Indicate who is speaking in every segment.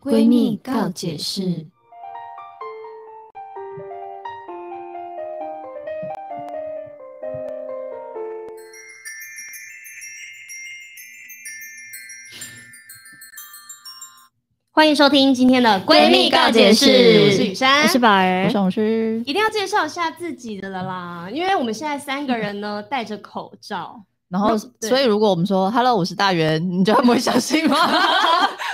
Speaker 1: 闺蜜告解释。
Speaker 2: 欢迎收听今天的闺蜜告解室，
Speaker 3: 我
Speaker 2: 是雨珊，
Speaker 3: 我是宝儿，
Speaker 1: 我是
Speaker 2: 一定要介绍一下自己的了啦，因为我们现在三个人呢戴着口罩，
Speaker 1: 然后，
Speaker 2: 对
Speaker 1: 所以如果我们说 “Hello，我是大圆”，你觉得他们会相信 吗？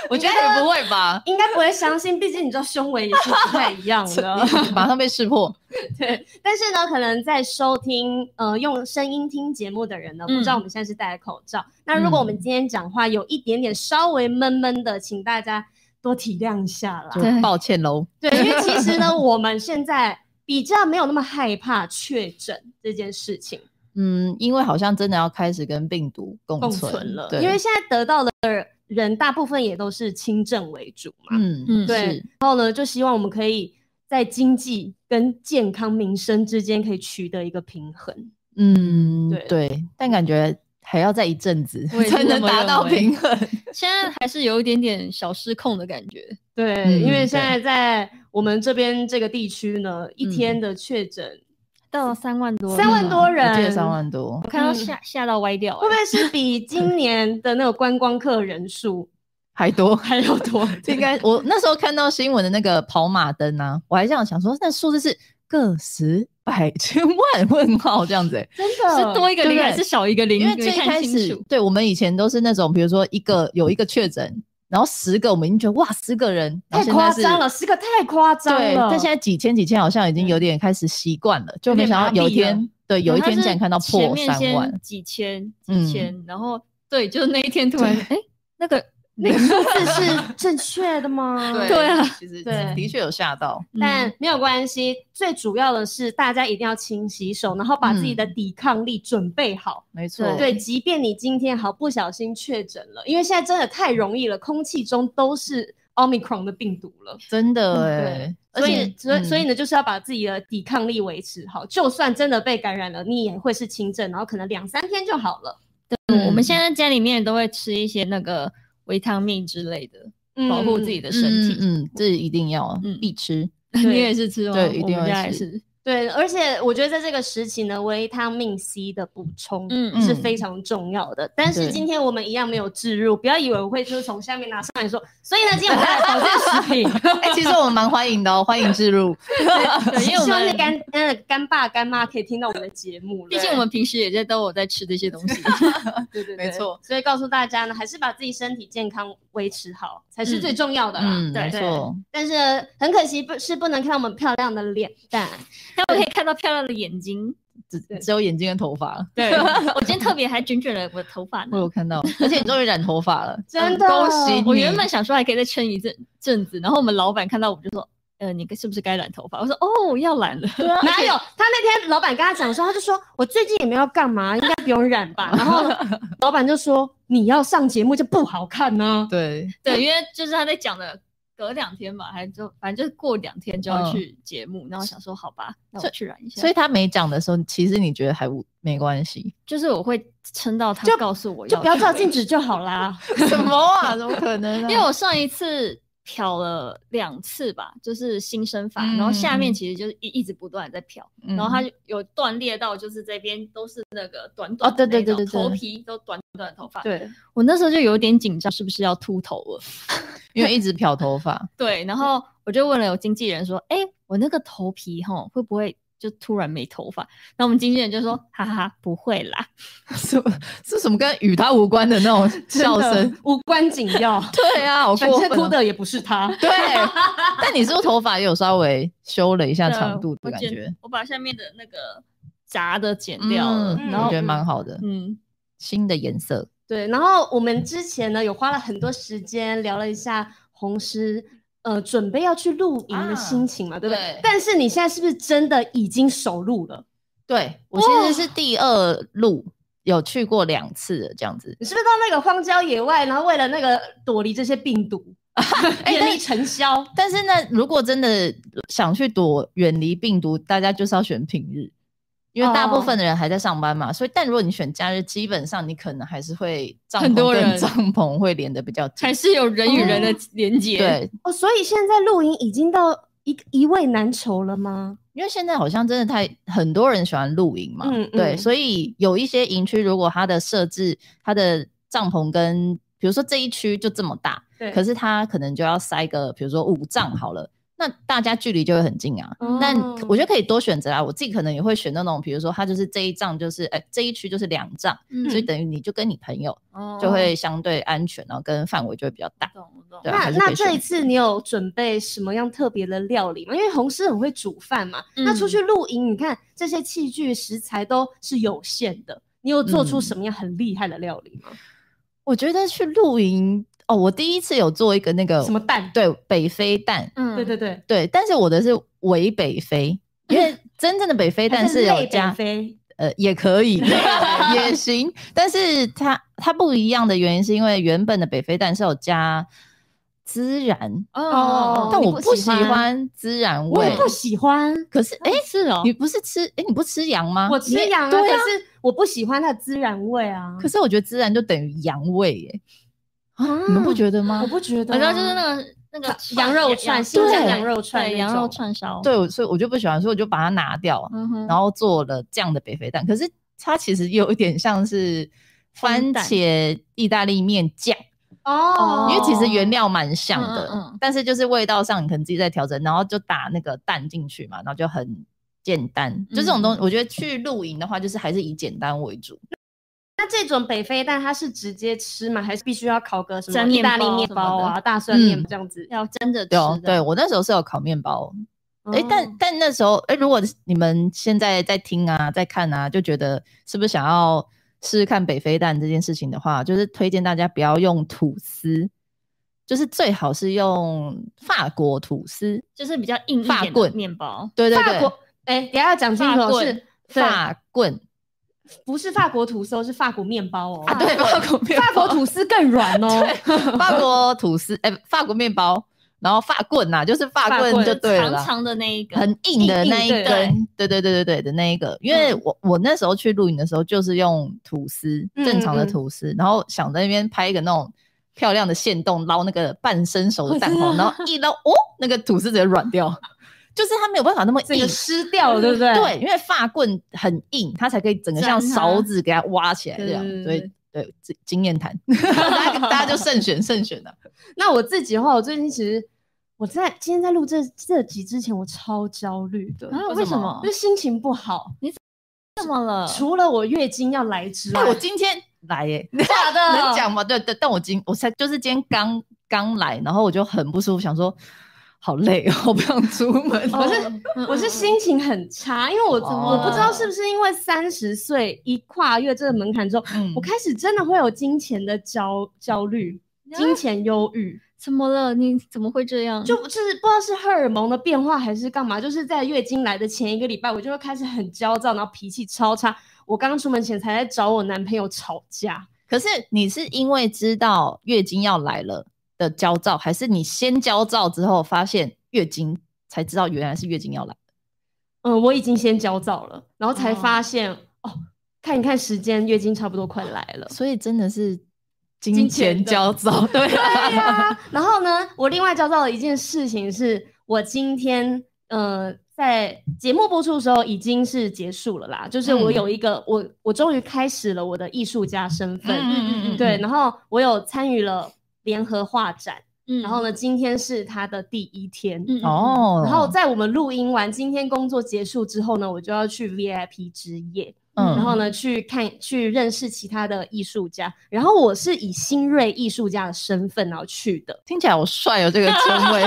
Speaker 1: 我觉得也不会吧，
Speaker 2: 应该不会相信，毕竟你知道胸围也是不太一样 的。
Speaker 1: 马上被识破。
Speaker 2: 对，但是呢，可能在收听呃用声音听节目的人呢，不知
Speaker 1: 嗯
Speaker 2: 道我们现在是戴着口罩。那如果我们今天讲话有一点点稍微闷闷的，请大家多体谅一下啦。
Speaker 1: 就
Speaker 3: 对
Speaker 1: 抱歉喽，
Speaker 2: 对，因为其实 呢，我们现在比较没有那么害怕确诊这件事情
Speaker 1: 嗯，因为好像真的要开始跟病毒共
Speaker 2: 共
Speaker 1: 存
Speaker 2: 存了，
Speaker 1: 对，
Speaker 2: 因为现在得到的人大部分也都是轻症为主嘛。
Speaker 1: 嗯
Speaker 3: 嗯
Speaker 2: 对
Speaker 1: 是
Speaker 2: 然后呢，就希望我们可以在经济跟健康民生之间可以取得一个平衡。
Speaker 1: 嗯
Speaker 2: 对
Speaker 1: 对，但感觉还要再一阵子
Speaker 3: 我也是
Speaker 1: 才能
Speaker 3: 这么
Speaker 1: 达到
Speaker 3: 认
Speaker 2: 欸
Speaker 3: 为
Speaker 1: 平衡。
Speaker 3: 现在还是有一点点小失控的感觉。
Speaker 2: 对，
Speaker 1: 嗯
Speaker 2: 因为
Speaker 1: 对
Speaker 2: 现在在我们这边这个地区呢，一
Speaker 1: 嗯
Speaker 2: 天的确诊
Speaker 3: 到了三万多，
Speaker 2: 三万多人，
Speaker 1: 我记得哦三，万多
Speaker 3: 我，看到
Speaker 2: 嗯
Speaker 3: 吓吓到歪掉、
Speaker 2: 会不
Speaker 3: 欸
Speaker 2: 会是比今年的那个观光客人数
Speaker 1: 还 多，
Speaker 2: 还要多？
Speaker 1: 应该我那时候看到新闻的那个跑马灯啊，我还这样想说，那数字是个十百千万问号这 样子、欸，
Speaker 2: 真的
Speaker 3: 哎是多一个
Speaker 1: 对
Speaker 3: 零
Speaker 1: 不对
Speaker 3: 还是少一个零？
Speaker 1: 因为
Speaker 3: 没
Speaker 1: 最
Speaker 3: 看
Speaker 1: 开
Speaker 3: 清
Speaker 1: 始
Speaker 3: 楚
Speaker 1: 对我们以前都是那种，比如说一个有一个确诊，然后十个我们已经觉得哇十个人， 然
Speaker 2: 太
Speaker 1: 后现
Speaker 2: 夸
Speaker 1: 在是
Speaker 2: 张了，十个太夸张
Speaker 1: 对，
Speaker 2: 了。
Speaker 1: 但现在几千几千好像已经有点开始习惯了，就没想到有一
Speaker 2: 有点麻痹
Speaker 1: 天对有一
Speaker 3: 然后嗯它
Speaker 1: 天竟然
Speaker 3: 是
Speaker 1: 看到
Speaker 3: 前
Speaker 1: 破
Speaker 3: 面
Speaker 1: 三
Speaker 3: 先
Speaker 1: 万，
Speaker 3: 几千
Speaker 1: 嗯
Speaker 3: 几千，然后对，就是那一天突然哎、那个
Speaker 2: 那个数字 是正确的吗？
Speaker 3: 对啊，
Speaker 1: 其实
Speaker 2: 对
Speaker 1: 的确有吓到，
Speaker 2: 但没有关系，最主要的是大家一定要勤洗手，然后把自己
Speaker 1: 嗯
Speaker 2: 的抵抗力准备好。
Speaker 1: 没错，
Speaker 3: 对
Speaker 2: 对，即便你今天好不小心确诊了，因为现在真的太容易了，空气中都是 omicron 的病毒了。
Speaker 1: 真的哎、
Speaker 2: 嗯
Speaker 1: 欸，
Speaker 2: 所以，所以、
Speaker 1: 嗯
Speaker 2: 所以呢，就是要把自己的抵抗力维持好。就算真的被感染了，你也会是轻症，然后可能两三天就好了，
Speaker 3: 嗯我们
Speaker 1: 嗯
Speaker 3: 现在家里面都会吃一些那个维他命之类的，
Speaker 2: 嗯
Speaker 3: 保护自己。的身体。
Speaker 1: 嗯嗯，这一定要
Speaker 3: 嗯
Speaker 1: 必吃。
Speaker 3: 你
Speaker 2: 对
Speaker 3: 也是吃吗？
Speaker 1: 对一
Speaker 3: 我
Speaker 1: 定
Speaker 3: 们
Speaker 1: 会
Speaker 3: 家也
Speaker 1: 吃
Speaker 3: 是。
Speaker 2: 对，而且我觉得在这个时期呢，维他命 C 的补充
Speaker 3: 嗯
Speaker 2: 是
Speaker 1: 嗯
Speaker 2: 非常重要的。但是
Speaker 1: 对
Speaker 2: 今天我们一样没有置入，不要以为我会就是从下面拿上来说。所以呢，今天我们来保健食品，
Speaker 1: 哎、其实我们蛮欢迎的哦，欢迎置入。
Speaker 3: 对，因为我
Speaker 2: 希望是
Speaker 3: 们
Speaker 2: 干呃干爸干妈可以听到我们的节目了。
Speaker 3: 毕竟我们平时也在都有在吃这些东 西。
Speaker 2: 对对对
Speaker 1: 没错。
Speaker 2: 所以告诉大家呢，还是把自己身体健康维持好才是最重要的啦。
Speaker 1: 嗯，
Speaker 2: 啊对
Speaker 1: 没。错，
Speaker 2: 但是很可惜，不是不能看到我们漂亮的脸蛋。
Speaker 3: 但我可以看到漂亮的眼睛，
Speaker 1: 只
Speaker 2: 对
Speaker 1: 只有眼睛跟头发，
Speaker 2: 对，
Speaker 3: 我今天特别还卷卷了我的头发
Speaker 1: 我
Speaker 3: 呢。
Speaker 1: 有看到，而且你终于染头发了，
Speaker 2: 真的
Speaker 1: 恭喜你！
Speaker 3: 嗯我原本想说还可以再撑一阵阵子，然后我们老板看到我就说：“呃，你是不是该染头发？”我说：“哦，要染了。
Speaker 1: 啊
Speaker 2: 哪有？他那天老板跟他讲说，他就说我最近也没有干嘛，应该不用染吧。然 后老板就说你要上节目就不好看呢、
Speaker 1: 对，”
Speaker 3: 对，因为就是他在讲的，隔两天吧，还就反正就是过两天就要
Speaker 1: 嗯
Speaker 3: 去节目，然后想说好吧，那我
Speaker 1: 所以
Speaker 3: 去染一下。
Speaker 1: 所以他没讲的时候，其实你觉得还无没关系？
Speaker 3: 就是我会撑到他
Speaker 2: 就
Speaker 3: 告诉我
Speaker 2: 就不要
Speaker 3: 去
Speaker 2: 照
Speaker 3: 为
Speaker 2: 镜
Speaker 3: 止，
Speaker 2: 子就好啦。
Speaker 1: 什么啊？怎么可能、啊？
Speaker 3: 因为我上一次漂了两次吧，就是新生发，然后下面
Speaker 1: 嗯
Speaker 3: 其实就是一一直不断地在漂。
Speaker 1: 嗯，
Speaker 3: 然后它就有断裂到，就是这边都是那个短
Speaker 1: 哦
Speaker 3: 短的
Speaker 1: 对
Speaker 3: 那
Speaker 1: 对
Speaker 3: 种、
Speaker 1: 对对对
Speaker 3: 头皮都短短的头发。
Speaker 1: 对，
Speaker 3: 我那时候就有点紧张，是不是要秃头了？
Speaker 1: 因为一直漂头发，
Speaker 3: 对，然后我就问了我经纪人说：“哎、我那个头皮哈会不会就突然没头发？”然后我们经纪人就说：“哈哈哈，不会啦。
Speaker 1: 是是 什么跟与他无关的那种笑
Speaker 2: 真
Speaker 1: 声
Speaker 2: 的？无关紧要，
Speaker 1: 对啊，好
Speaker 2: 反
Speaker 1: 过
Speaker 2: 正
Speaker 1: 分哦、
Speaker 2: 哭的也不是他。
Speaker 1: 对，但你是不是头发也有稍微修了一下
Speaker 3: 对”
Speaker 1: 长度
Speaker 3: 嗯我
Speaker 1: 的感
Speaker 3: 剪
Speaker 1: 觉？
Speaker 3: 我把下面的那个杂的剪掉了，
Speaker 1: 嗯
Speaker 2: 嗯
Speaker 3: 然
Speaker 1: 我
Speaker 3: 后
Speaker 1: 觉得蛮好的，
Speaker 3: 嗯，
Speaker 1: 新的颜色。
Speaker 2: 对，然后我们之前呢有花了很多时间聊了一下红师。呃，准备要去露营的
Speaker 1: 啊
Speaker 2: 心情嘛，对不对？
Speaker 1: 对
Speaker 2: 但是你现在是不是真的已经熟路了？
Speaker 1: 对我其实是第二路有去过两次的这样子，
Speaker 2: 你是不是到那个荒郊野外，然后为了那个躲离这些病毒， 远离尘嚣？
Speaker 1: 但是呢，如果真的想去躲远离病毒，大家就是要选平日，因为大部
Speaker 2: 哦
Speaker 1: 分的人还在上班嘛，所以但如果你选假日，基本上你可能还是会帐
Speaker 3: 很
Speaker 1: 篷
Speaker 3: 多
Speaker 1: 跟
Speaker 3: 人
Speaker 1: 帐篷会连的比较紧
Speaker 3: 还，是有人与人的连接。，
Speaker 1: 对，
Speaker 2: 哦，所以现在露营已经到一一位难求了吗？
Speaker 1: 因为现在好像真的太很多人喜欢露营嘛，
Speaker 2: 嗯
Speaker 1: 对，
Speaker 2: 嗯
Speaker 1: 所以有一些营区如果它的设置、它的帐篷跟比如说这一区就这么大，
Speaker 2: 对嗯
Speaker 1: 可是它可能就要塞个比如说五帐好了，那大家距离就会很近啊。
Speaker 2: 哦
Speaker 1: 但我觉得可以多选择啊，我自己可能也会选那种，比如说它就是这一帐就是哎、这一区就是两帐，
Speaker 3: 嗯
Speaker 1: 所以等于你就跟你朋友
Speaker 3: 哦
Speaker 1: 就会相对安全，然后跟范围就会比较大。
Speaker 3: 懂我懂。
Speaker 1: 对啊
Speaker 2: 那
Speaker 1: 还是可
Speaker 2: 那
Speaker 1: 以
Speaker 2: 这一
Speaker 1: 选
Speaker 2: 次你有准备什么样特别的料理吗？因为红师很会煮饭嘛，那出
Speaker 3: 嗯
Speaker 2: 去露营，你看这些器具食材都是有限的，你有做出
Speaker 1: 嗯
Speaker 2: 什么样很厉害的料理吗？
Speaker 1: 我觉得去露营哦，我第一次有做一个那个
Speaker 2: 什么蛋？
Speaker 1: 对北非蛋，
Speaker 3: 嗯
Speaker 2: 对对对，
Speaker 1: 对，但是我的是伪北 非，因为真正的北非
Speaker 2: 还
Speaker 1: 蛋是有
Speaker 2: 类
Speaker 1: 加
Speaker 2: 北非
Speaker 1: 呃也 可以也行，但是它它不一样的原因是因为原本的北非蛋是有加孜然，
Speaker 2: 哦
Speaker 1: 但
Speaker 2: 你
Speaker 1: 我
Speaker 2: 不
Speaker 1: 不
Speaker 2: 喜
Speaker 1: 喜
Speaker 2: 欢
Speaker 1: 欢孜然
Speaker 2: 我
Speaker 1: 味
Speaker 2: 也，不喜欢，
Speaker 1: 可是哎、
Speaker 3: 是哦
Speaker 1: 你，不是吃哎、你不吃羊吗？
Speaker 2: 我
Speaker 1: 你
Speaker 2: 吃
Speaker 1: 也
Speaker 2: 羊啊，
Speaker 1: 对
Speaker 2: 可是我不喜欢它的孜然味啊。
Speaker 1: 可是我觉得孜然就等于羊味耶、啊，你们不觉得吗
Speaker 2: 我？不觉得
Speaker 3: 我
Speaker 2: 啊，
Speaker 3: 知道就是那个那个
Speaker 2: 啊羊肉串，新疆
Speaker 1: 对
Speaker 2: 羊肉串那
Speaker 3: 对
Speaker 2: 种，
Speaker 3: 羊肉串烧。，
Speaker 1: 对，我所以我就不喜欢，所以我就把它拿掉。啊
Speaker 3: 嗯哼，
Speaker 1: 然后做了这样的北非蛋，可是它其实有一点像是番
Speaker 3: 烘蛋
Speaker 1: 茄意大利面酱，
Speaker 2: 哦，
Speaker 1: 因为其实原料蛮像的，
Speaker 3: 嗯嗯嗯
Speaker 1: 但是就是味道上你可能自己在调整，然后就打那个蛋进去嘛，然后就很简单。就这种东西，我觉得去露营的话，就是还是以简单为主。
Speaker 2: 那这种北非蛋它是直接吃吗？还是必须要烤个什么
Speaker 3: 沾
Speaker 2: 意
Speaker 3: 面
Speaker 2: 大利
Speaker 3: 包
Speaker 2: 面
Speaker 3: 什么
Speaker 2: 包啊、
Speaker 3: 的
Speaker 2: 大蒜面
Speaker 1: 嗯
Speaker 2: 这样子？
Speaker 3: 要蒸着吃
Speaker 1: 对哦
Speaker 3: 的。，
Speaker 1: 对我那时候是有烤面包，哎、
Speaker 2: 哦
Speaker 1: 但但那时候，哎、如果你们现在在听啊，在看啊，就觉得是不是想要试试看北非蛋这件事情的话，就是推荐大家不要用吐司，就是最好是用法国吐司，
Speaker 3: 就是比较硬一
Speaker 1: 发
Speaker 3: 点的
Speaker 1: 棍
Speaker 3: 面包。
Speaker 1: 对对
Speaker 2: 法
Speaker 1: 对，
Speaker 2: 国哎，等一下要讲清
Speaker 3: 法
Speaker 2: 楚，
Speaker 3: 棍
Speaker 2: 是对
Speaker 1: 法棍
Speaker 2: 不是法国吐司哦？是法国面包哦。
Speaker 1: 啊，对，法国面
Speaker 2: 法国
Speaker 1: 包，
Speaker 2: 吐司更软 哦。
Speaker 1: 法国吐司，哎、法国面包，然后法棍呐、就是法
Speaker 2: 法
Speaker 1: 棍
Speaker 2: 棍
Speaker 1: 就对了啦。
Speaker 3: 长长的那一个，
Speaker 1: 很硬的
Speaker 2: 硬
Speaker 1: 那一
Speaker 2: 对
Speaker 1: 根，对对对对对的那一个，因为我我那时候去录影的时候就是用吐司，
Speaker 2: 嗯
Speaker 1: 正常的
Speaker 2: 嗯嗯
Speaker 1: 吐司，然后想在那边拍一个那种漂亮的线洞，捞那个半生熟的蛋黄，然后一捞，哦，那个吐司直接软掉，就是它没有办法那么
Speaker 2: 整
Speaker 1: 硬
Speaker 2: 个。湿掉了，对不对？
Speaker 1: 对，因为发棍很硬，它才可以整个像
Speaker 3: 粘它
Speaker 1: 勺子给它挖起来这样，
Speaker 2: 对对
Speaker 1: 所
Speaker 2: 对
Speaker 1: 以对经经验谈， 大家大家就慎选慎选的。
Speaker 2: 那我自己的话，我最近其实我在今天在录这这集之前，我超焦虑的，
Speaker 3: 啊，
Speaker 1: 为
Speaker 3: 为
Speaker 1: 什
Speaker 3: 什
Speaker 1: 么
Speaker 3: 么
Speaker 2: 就？心情不好。
Speaker 3: 怎么了？哎
Speaker 2: 除了我月经要来之
Speaker 1: 那
Speaker 2: 外，
Speaker 1: 哎我今天来耶、
Speaker 2: 假的
Speaker 1: 能讲吗？对对，但我今我才就是今天刚刚来，然后我就很不舒服，想说好累哦，我不想出门。
Speaker 2: 我是
Speaker 3: 嗯
Speaker 2: 我是心情很差，因为我、
Speaker 1: 哦
Speaker 2: 我不知道是不是因为三十岁一跨越这个门槛之后，
Speaker 1: 嗯
Speaker 2: 我开始真的会有金钱的焦焦虑、
Speaker 3: 啊
Speaker 2: 金钱忧郁，
Speaker 3: 怎么了？你怎么会这样？
Speaker 2: 就就是不知道是荷尔蒙的变化还是干嘛，就是在月经来的前一个礼拜，我就会开始很焦躁，然后脾气超差。我刚出门前才在找我男朋友吵架，
Speaker 1: 可是你是因为知道月经要来了的焦躁，还是你先焦躁之后发现月经才知道原来是月经要来？
Speaker 2: 嗯，我已经先焦躁了，然后才
Speaker 3: 哦
Speaker 2: 发现哦看一看时间，月经差不多快来了。
Speaker 1: 所以真的是金
Speaker 2: 金
Speaker 1: 钱
Speaker 2: 钱的
Speaker 1: 焦躁，对啊
Speaker 2: 对呀、然后呢，我另外焦躁的一件事情是，我今天呃在节目播出的时候已经是结束了啦，就是我
Speaker 1: 嗯
Speaker 2: 有一个、我我终于开始了我的艺术家身 份，
Speaker 3: 嗯嗯 嗯
Speaker 2: 对，然后我有参与了联合画展，
Speaker 3: 嗯
Speaker 2: 然后呢，今天是它的第一天。
Speaker 3: 嗯嗯嗯
Speaker 1: 哦，
Speaker 2: 然后在我们录音完，今天工作结束之后呢，我就要去 VIP 之夜。
Speaker 1: 嗯，
Speaker 2: 然后呢，去看去认识其他的艺术家。然后我是以新锐艺术家的身份然后去的。
Speaker 1: 听起来好帅哦，这个称 谓，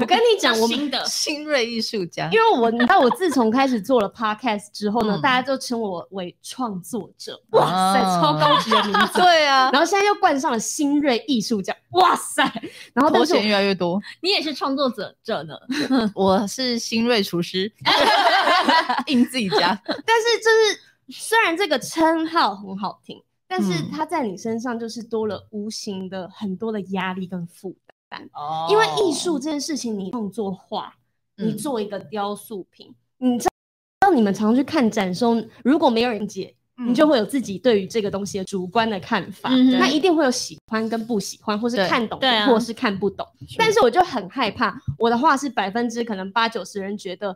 Speaker 2: 我跟你讲，我们
Speaker 3: 新的
Speaker 1: 新锐艺术家
Speaker 2: 因。为我你知道，我自从开始做了 podcast 之后呢，
Speaker 1: 嗯
Speaker 2: 大家就称我为创作者。哇塞，
Speaker 1: 啊
Speaker 2: 超高级的名字。
Speaker 1: 对啊，
Speaker 2: 然后现在又冠上了新锐艺术家，哇塞！然后
Speaker 1: 头
Speaker 2: 但是我
Speaker 1: 衔越来越多。
Speaker 3: 你也是创作者者呢，
Speaker 1: 我是新锐 厨师，印自己家。
Speaker 2: 但是就是虽然这个称号很好听，但是
Speaker 1: 嗯
Speaker 2: 它在你身上就是多了无形的很多的压力跟负担。
Speaker 1: 哦
Speaker 2: 因为艺术这件事情，你创作画，你
Speaker 1: 嗯
Speaker 2: 做一个雕塑品，像你们常去看展的时候，如果没有人解，
Speaker 4: 嗯
Speaker 2: 你就会有自己对于这个东西的主观的看法，
Speaker 3: 嗯哼
Speaker 2: 那一定会有喜欢跟不喜欢，或是
Speaker 1: 对
Speaker 2: 看懂
Speaker 3: 对啊
Speaker 2: 或是看不懂。但是我就很害怕，我的话是百分之可能八九十人觉得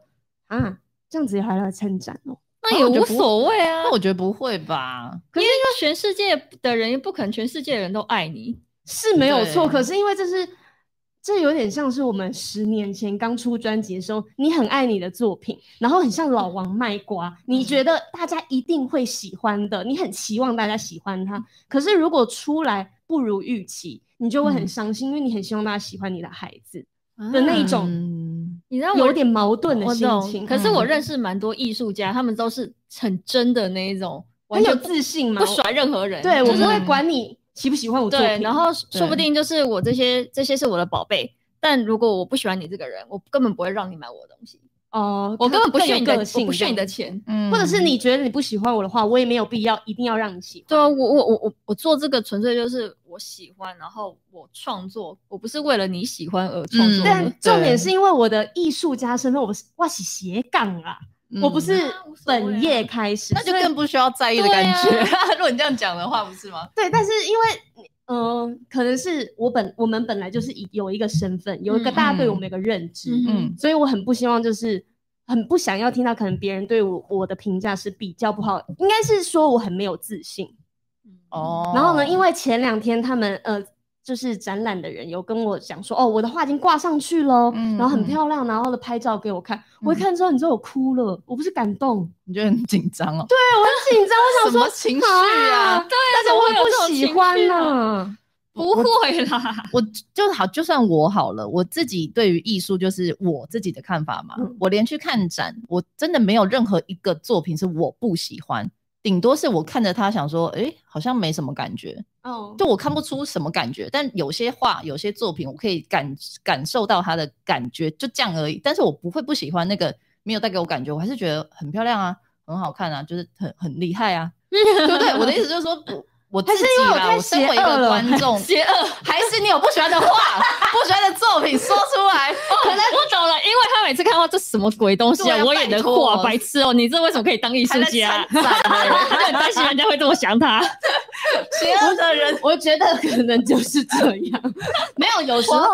Speaker 2: 啊，这样子也还来参展哦。
Speaker 3: 那也无所谓啊
Speaker 1: 那，我觉得不会吧？
Speaker 3: 因为啊全世界的人也不可能全世界的人都爱你。
Speaker 2: 是没有错，
Speaker 1: 对
Speaker 2: 可是因为这是这有点像是我们十年前刚出专辑的时候，你很爱你的作品，然后很像老王卖瓜，你觉得大家一定会喜欢的，你很期望大家喜欢它。可是如果出来不如预期，你就
Speaker 3: 嗯
Speaker 2: 会很伤心，因为你很希望大家喜欢你的孩子的那一种
Speaker 1: 嗯，
Speaker 3: 啊你知道我
Speaker 2: 有点矛盾的
Speaker 3: 我
Speaker 2: 心
Speaker 3: 懂
Speaker 2: 情。
Speaker 3: 可是我
Speaker 2: 嗯
Speaker 3: 认识蛮多艺术家，他们都是很真的那一种，
Speaker 2: 很
Speaker 3: 完
Speaker 2: 有
Speaker 3: 全不
Speaker 2: 自信嘛，
Speaker 3: 不甩任何人。
Speaker 2: 对我
Speaker 3: 就
Speaker 2: 不
Speaker 3: 是
Speaker 2: 会管你喜不喜欢我作
Speaker 3: 对，
Speaker 2: 品，
Speaker 3: 然后说不定就是我这些这些是我的宝贝，但如果我不喜欢你这个人，我根本不会让你买我的东西，
Speaker 2: 哦，
Speaker 3: 我根本不
Speaker 2: 更
Speaker 3: 屑
Speaker 2: 有
Speaker 3: 你的，
Speaker 2: 个性
Speaker 3: 我不屑你
Speaker 2: 这
Speaker 3: 的
Speaker 2: 样
Speaker 3: 钱。
Speaker 1: 嗯
Speaker 2: 或者是你觉得你不喜欢我的话，我也没有必要一定要让你喜欢。
Speaker 3: 对啊，我我我我我做这个纯粹就是我喜欢，然后我创作，我不是为了你喜欢而创作的。
Speaker 1: 嗯
Speaker 2: 但重点
Speaker 1: 对
Speaker 2: 是因为我的艺术家身份，我是我是斜杠啊，我不
Speaker 1: 嗯
Speaker 2: 是
Speaker 3: 啊无所谓啊
Speaker 2: 本业开始，
Speaker 1: 那就
Speaker 2: 所以
Speaker 1: 更不需要在意的感觉。
Speaker 2: 啊
Speaker 1: 如果你这样讲的话，不是吗？
Speaker 2: 对。但是因为嗯、呃可能是我本我们本来就是以有一个身份，有一个
Speaker 3: 嗯
Speaker 2: 大家对我们有个认知，
Speaker 3: 嗯
Speaker 1: 嗯
Speaker 2: 所以我很不希望就是。很不想要听到，可能别人对我我的评价是比较不好，应该是说我很没有自信。
Speaker 3: 嗯
Speaker 1: 哦，
Speaker 2: 然后呢，因为前两天他们呃，就是展览的人有跟我讲说，哦，我的画已经挂上去喽，
Speaker 1: 嗯
Speaker 2: 然后很
Speaker 1: 嗯
Speaker 2: 漂亮，然后的拍照给我看，我一
Speaker 1: 嗯
Speaker 2: 看之后，你知道我哭了，我不是感动，
Speaker 1: 你就很紧张哦，
Speaker 2: 对我很紧张，我 想
Speaker 1: 什
Speaker 2: 说
Speaker 1: 么情绪啊？
Speaker 2: 但是
Speaker 3: 怎么
Speaker 2: 我
Speaker 3: 会有这
Speaker 2: 不
Speaker 3: 种
Speaker 2: 喜
Speaker 3: 情
Speaker 2: 欢
Speaker 3: 绪啊
Speaker 2: 呢、
Speaker 3: 不会啦，
Speaker 1: 我就好，就算我好了，我自己对于艺术就是我自己的看法嘛。
Speaker 2: 嗯
Speaker 1: 我连去看展，我真的没有任何一个作品是我不喜欢，顶多是我看着他想说，诶，好像没什么感觉，
Speaker 2: 哦，
Speaker 1: 就我看不出什么感觉。但有些画、有些作品，我可以感感受到它的感觉，就这样而已。但是我不会不喜欢那个没有带给我感觉，我还是觉得很漂亮啊，很好看啊，就是很很厉 害啊，对不对？我的意思就是说我。我自
Speaker 2: 还是
Speaker 1: 己
Speaker 2: 因为我
Speaker 1: 啦，
Speaker 2: 太
Speaker 1: 我身为一
Speaker 2: 邪恶
Speaker 1: 个
Speaker 2: 了
Speaker 1: 观 众，
Speaker 3: 邪恶。
Speaker 1: 还是你有不喜欢的画、不喜欢的作品说出 来？
Speaker 2: 哦
Speaker 3: 可能我懂了，因为他每次看到这什么鬼东西
Speaker 1: 对啊
Speaker 3: 我演的
Speaker 1: 拜托
Speaker 3: 画，白痴哦、你这为什么可以当艺术家？
Speaker 1: 还在参展的人
Speaker 3: 我很担心人家会这么想 他。
Speaker 1: 邪恶的人，
Speaker 2: 我觉得可能就是这样，没有，有时候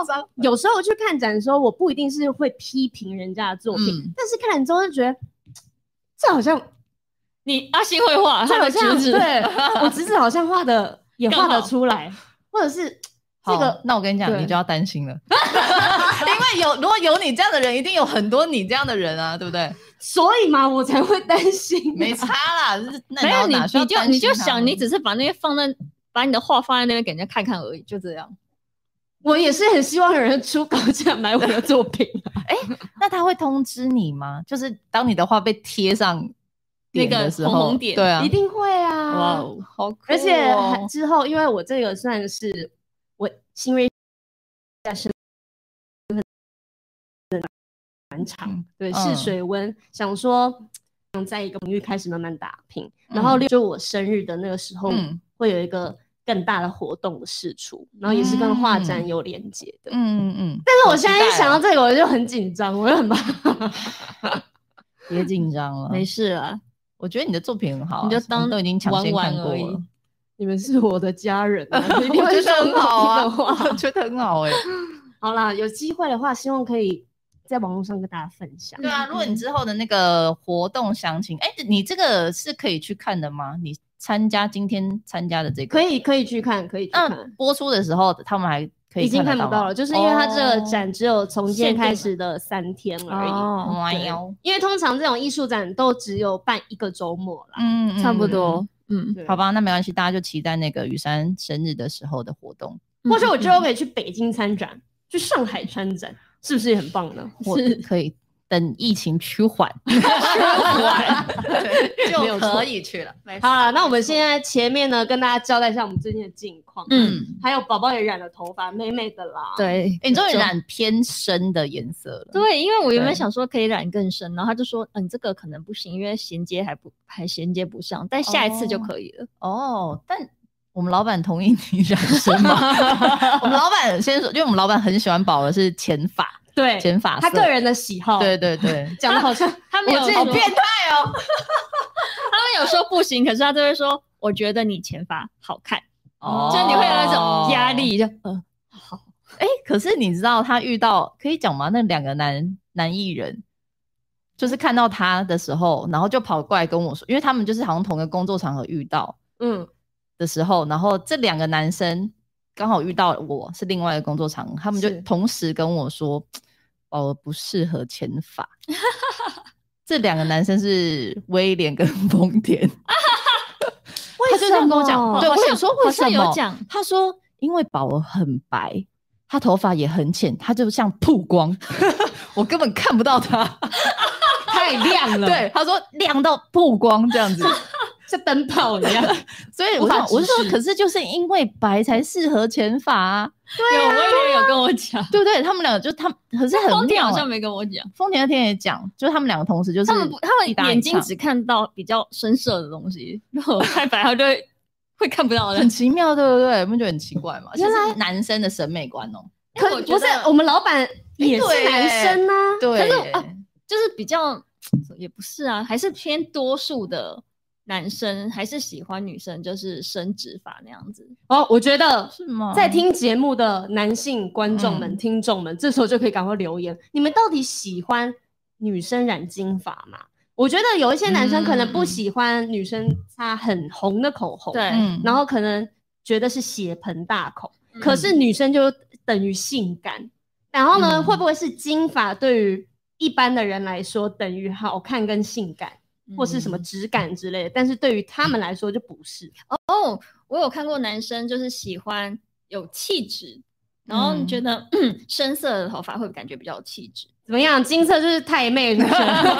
Speaker 2: 有时候我去看展的时候，我不一定是会批评人家的作品，
Speaker 1: 嗯
Speaker 2: 但是看了之后就觉得，这好像
Speaker 3: 你阿星会画，
Speaker 2: 这
Speaker 3: 他
Speaker 2: 好
Speaker 3: 的
Speaker 2: 像
Speaker 3: 侄子，
Speaker 2: 对我侄子好像画的也
Speaker 3: 更
Speaker 2: 画得
Speaker 3: 好
Speaker 2: 出来，或者是这
Speaker 1: 这
Speaker 2: 个
Speaker 1: 个，那我跟你讲，
Speaker 2: 对
Speaker 1: 你就要担心了， 因为有如果有你这样的人，一定有很多你这样的人啊，对不对？
Speaker 2: 所以嘛，我才会担 心。啊
Speaker 1: 没差啦，就是那
Speaker 3: 没有你
Speaker 1: 哪需要
Speaker 3: 你就
Speaker 1: 担心
Speaker 3: 你就
Speaker 1: 他
Speaker 3: 想，
Speaker 1: 们
Speaker 3: 你只是把那些放在把你的画放在那边给人家看看而已，就这样。
Speaker 2: 我也是很希望有人出高价买我的作品。啊
Speaker 1: 那他会通知你吗？就是当你的画被贴上
Speaker 3: 那
Speaker 1: 点
Speaker 3: 个
Speaker 1: 的时
Speaker 3: 红
Speaker 1: 候
Speaker 3: 红点
Speaker 1: 对啊，
Speaker 2: 一定会啊！
Speaker 3: 哇哦，
Speaker 1: 好酷哦，
Speaker 2: 而且还之后，因为我这个算是我新锐
Speaker 1: 嗯
Speaker 2: 对
Speaker 1: 嗯
Speaker 2: 试水温，想说想在一个领域开始慢慢打拼。然后
Speaker 1: 嗯
Speaker 2: 就我生日的那个时候，
Speaker 1: 嗯
Speaker 2: 会有一个更大的活动的试出，然后也是跟画展有连接的。
Speaker 1: 嗯嗯嗯，
Speaker 2: 但是我现在一
Speaker 1: 好期待
Speaker 2: 想
Speaker 1: 哦
Speaker 2: 到这个，我就很紧张，我就很怕。
Speaker 1: 别紧张了，
Speaker 3: 没事啦，
Speaker 1: 我觉得你的作品很好啊，
Speaker 3: 你就
Speaker 1: 我们
Speaker 3: 当
Speaker 1: 都已经抢先
Speaker 3: 玩
Speaker 1: 看
Speaker 3: 玩
Speaker 1: 过
Speaker 3: 而已
Speaker 1: 了。
Speaker 2: 你们是我的家人、啊，一定
Speaker 1: 我
Speaker 2: 会
Speaker 1: 觉得
Speaker 2: 说
Speaker 1: 很好
Speaker 2: 我的话
Speaker 1: 啊，我觉得很好哎、
Speaker 2: 好啦，有机会的话，希望可以在网络上跟大家分享。
Speaker 1: 对啊，如果你
Speaker 3: 嗯
Speaker 1: 之后的那个活动详情，哎、你这个是可以去看的吗？你参加今天参加的这个，
Speaker 2: 可以可以去看，可以去看。
Speaker 1: 那播出的时候他们还可以
Speaker 2: 嗯已经看
Speaker 1: 看
Speaker 2: 不
Speaker 1: 得
Speaker 2: 到哦
Speaker 1: 吗
Speaker 2: 了，就是因为它这个展只有从今天
Speaker 3: 限定
Speaker 2: 开始的三天而已。
Speaker 3: 哦
Speaker 1: 哇
Speaker 2: 对
Speaker 1: 哟，
Speaker 2: 因为通常这种艺术展都只有办一个周末啦。
Speaker 1: 嗯，嗯
Speaker 3: 差不。多，嗯，
Speaker 2: 对
Speaker 1: 好，吧，那没关系，大家就期待那个雨珊生日的时候的活动。
Speaker 3: 嗯
Speaker 2: 或者我之后可以去北京参展，去上海参展， 是不是也很棒呢？
Speaker 1: 我可以等疫情趋缓，对
Speaker 2: 没有
Speaker 1: 就
Speaker 2: 错
Speaker 1: 可以去了。
Speaker 2: 好了，那我们现在前面呢，跟大家交代一下我们最近的近况。
Speaker 3: 嗯，
Speaker 2: 还有宝宝也染了头发，美美的啦。
Speaker 3: 对，
Speaker 1: 哎诶你终于
Speaker 3: 就
Speaker 1: 染偏深的颜色了。
Speaker 3: 对，因为我原本
Speaker 1: 对
Speaker 3: 想说可以染更深，然后他就说，嗯，这个可能不行，因为衔接还不还衔接不上，但下一次就
Speaker 1: 哦
Speaker 3: 可以了。
Speaker 1: 哦，但我们老板同 意你染深吗？我们老板先说，因为我们老板很喜欢宝的是浅发，
Speaker 3: 对，
Speaker 1: 剪发色，
Speaker 2: 他个人的喜好。
Speaker 1: 对，对对，
Speaker 2: 讲的好像
Speaker 3: 他没有
Speaker 2: 我这好
Speaker 3: 说
Speaker 2: 变
Speaker 1: 态哦，
Speaker 3: 他们有说不行，可是他都会说，我觉得你前发好看，
Speaker 1: 哦
Speaker 3: 就你会有那种压力，就嗯，好，
Speaker 1: 哎、可是你知道他遇到可以讲吗？那两个男男艺人，就是看到他的时候，然后就跑过来跟我说，因为他们就是好像同个工作场合遇到
Speaker 2: 嗯，
Speaker 1: 的时候，然后这两个男生刚好遇到我是另外一个工作场合，他们就是同时跟我说，哦，不适合前 法。这两个男生是威廉跟 丰 田，
Speaker 2: 为
Speaker 1: 他就这样跟我
Speaker 2: 什么
Speaker 1: 讲，对
Speaker 3: 好
Speaker 1: 我
Speaker 3: 像
Speaker 1: 想说
Speaker 3: 好
Speaker 1: 为什
Speaker 3: 像有
Speaker 1: 么？
Speaker 3: 讲，
Speaker 1: 他说因为宝儿很白，她头发也很浅，她就像曝光， 我根本看不到她。
Speaker 2: 太亮了，，
Speaker 3: 哎
Speaker 1: 对，他说亮到曝光这样子，
Speaker 2: 像灯泡一 样。
Speaker 1: 所以
Speaker 2: 无
Speaker 1: 我
Speaker 2: 法
Speaker 1: 想我
Speaker 2: 直
Speaker 1: 是说，
Speaker 2: 视
Speaker 1: 可是就是因为白才适合前发、啊，
Speaker 3: 有我也有跟我讲，
Speaker 1: 对不对？他们两个就他们可是很
Speaker 3: 丰田
Speaker 1: 妙、
Speaker 3: 好
Speaker 1: 欸
Speaker 3: 像。没跟我讲，
Speaker 1: 丰田那天也讲，就是他们两个同时就是
Speaker 3: 他们不他
Speaker 1: 一
Speaker 3: 们
Speaker 1: 搭一
Speaker 3: 眼睛
Speaker 1: 唱
Speaker 3: 只看到比较深色的东西，如果太白，他就会会看不到的
Speaker 1: 很。奇妙，对不对？你们觉得很奇怪吗？
Speaker 2: 原
Speaker 1: 原
Speaker 2: 来
Speaker 1: 来男生的审美观哦，
Speaker 2: 可
Speaker 3: 我觉
Speaker 2: 不是
Speaker 3: 得
Speaker 2: 我们老板也是
Speaker 1: 对
Speaker 2: 男生啊，
Speaker 1: 对，
Speaker 3: 啊就是比较也不是啊，还是偏多数的男生还是喜欢女生，就是生直发那样子。
Speaker 2: 哦，我觉
Speaker 3: 嗯
Speaker 2: 得
Speaker 1: 是吗？
Speaker 2: 在听节目的男性观众们、
Speaker 1: 嗯
Speaker 2: 听众们，这时候就可以赶快留言，你们到底喜欢女生染金发吗？我觉得有一些男生可能不喜欢女生擦很红的口红，
Speaker 3: 对，，
Speaker 1: 嗯，
Speaker 2: 然后可能觉得是血盆大口，
Speaker 3: 嗯
Speaker 2: 可是女生就等于性感。然后呢，
Speaker 1: 嗯
Speaker 2: 会不会是金发对于一般的人来说等于好看跟性感，或是什么
Speaker 3: 嗯
Speaker 2: 质感之类的？但是对于他们来说就不是。
Speaker 3: 哦，我有看过男生就是喜欢有气质，然后你
Speaker 1: 嗯
Speaker 3: 觉得、深色的头发会感觉比较有气质。
Speaker 2: 怎么样？金色就是太妹，是不是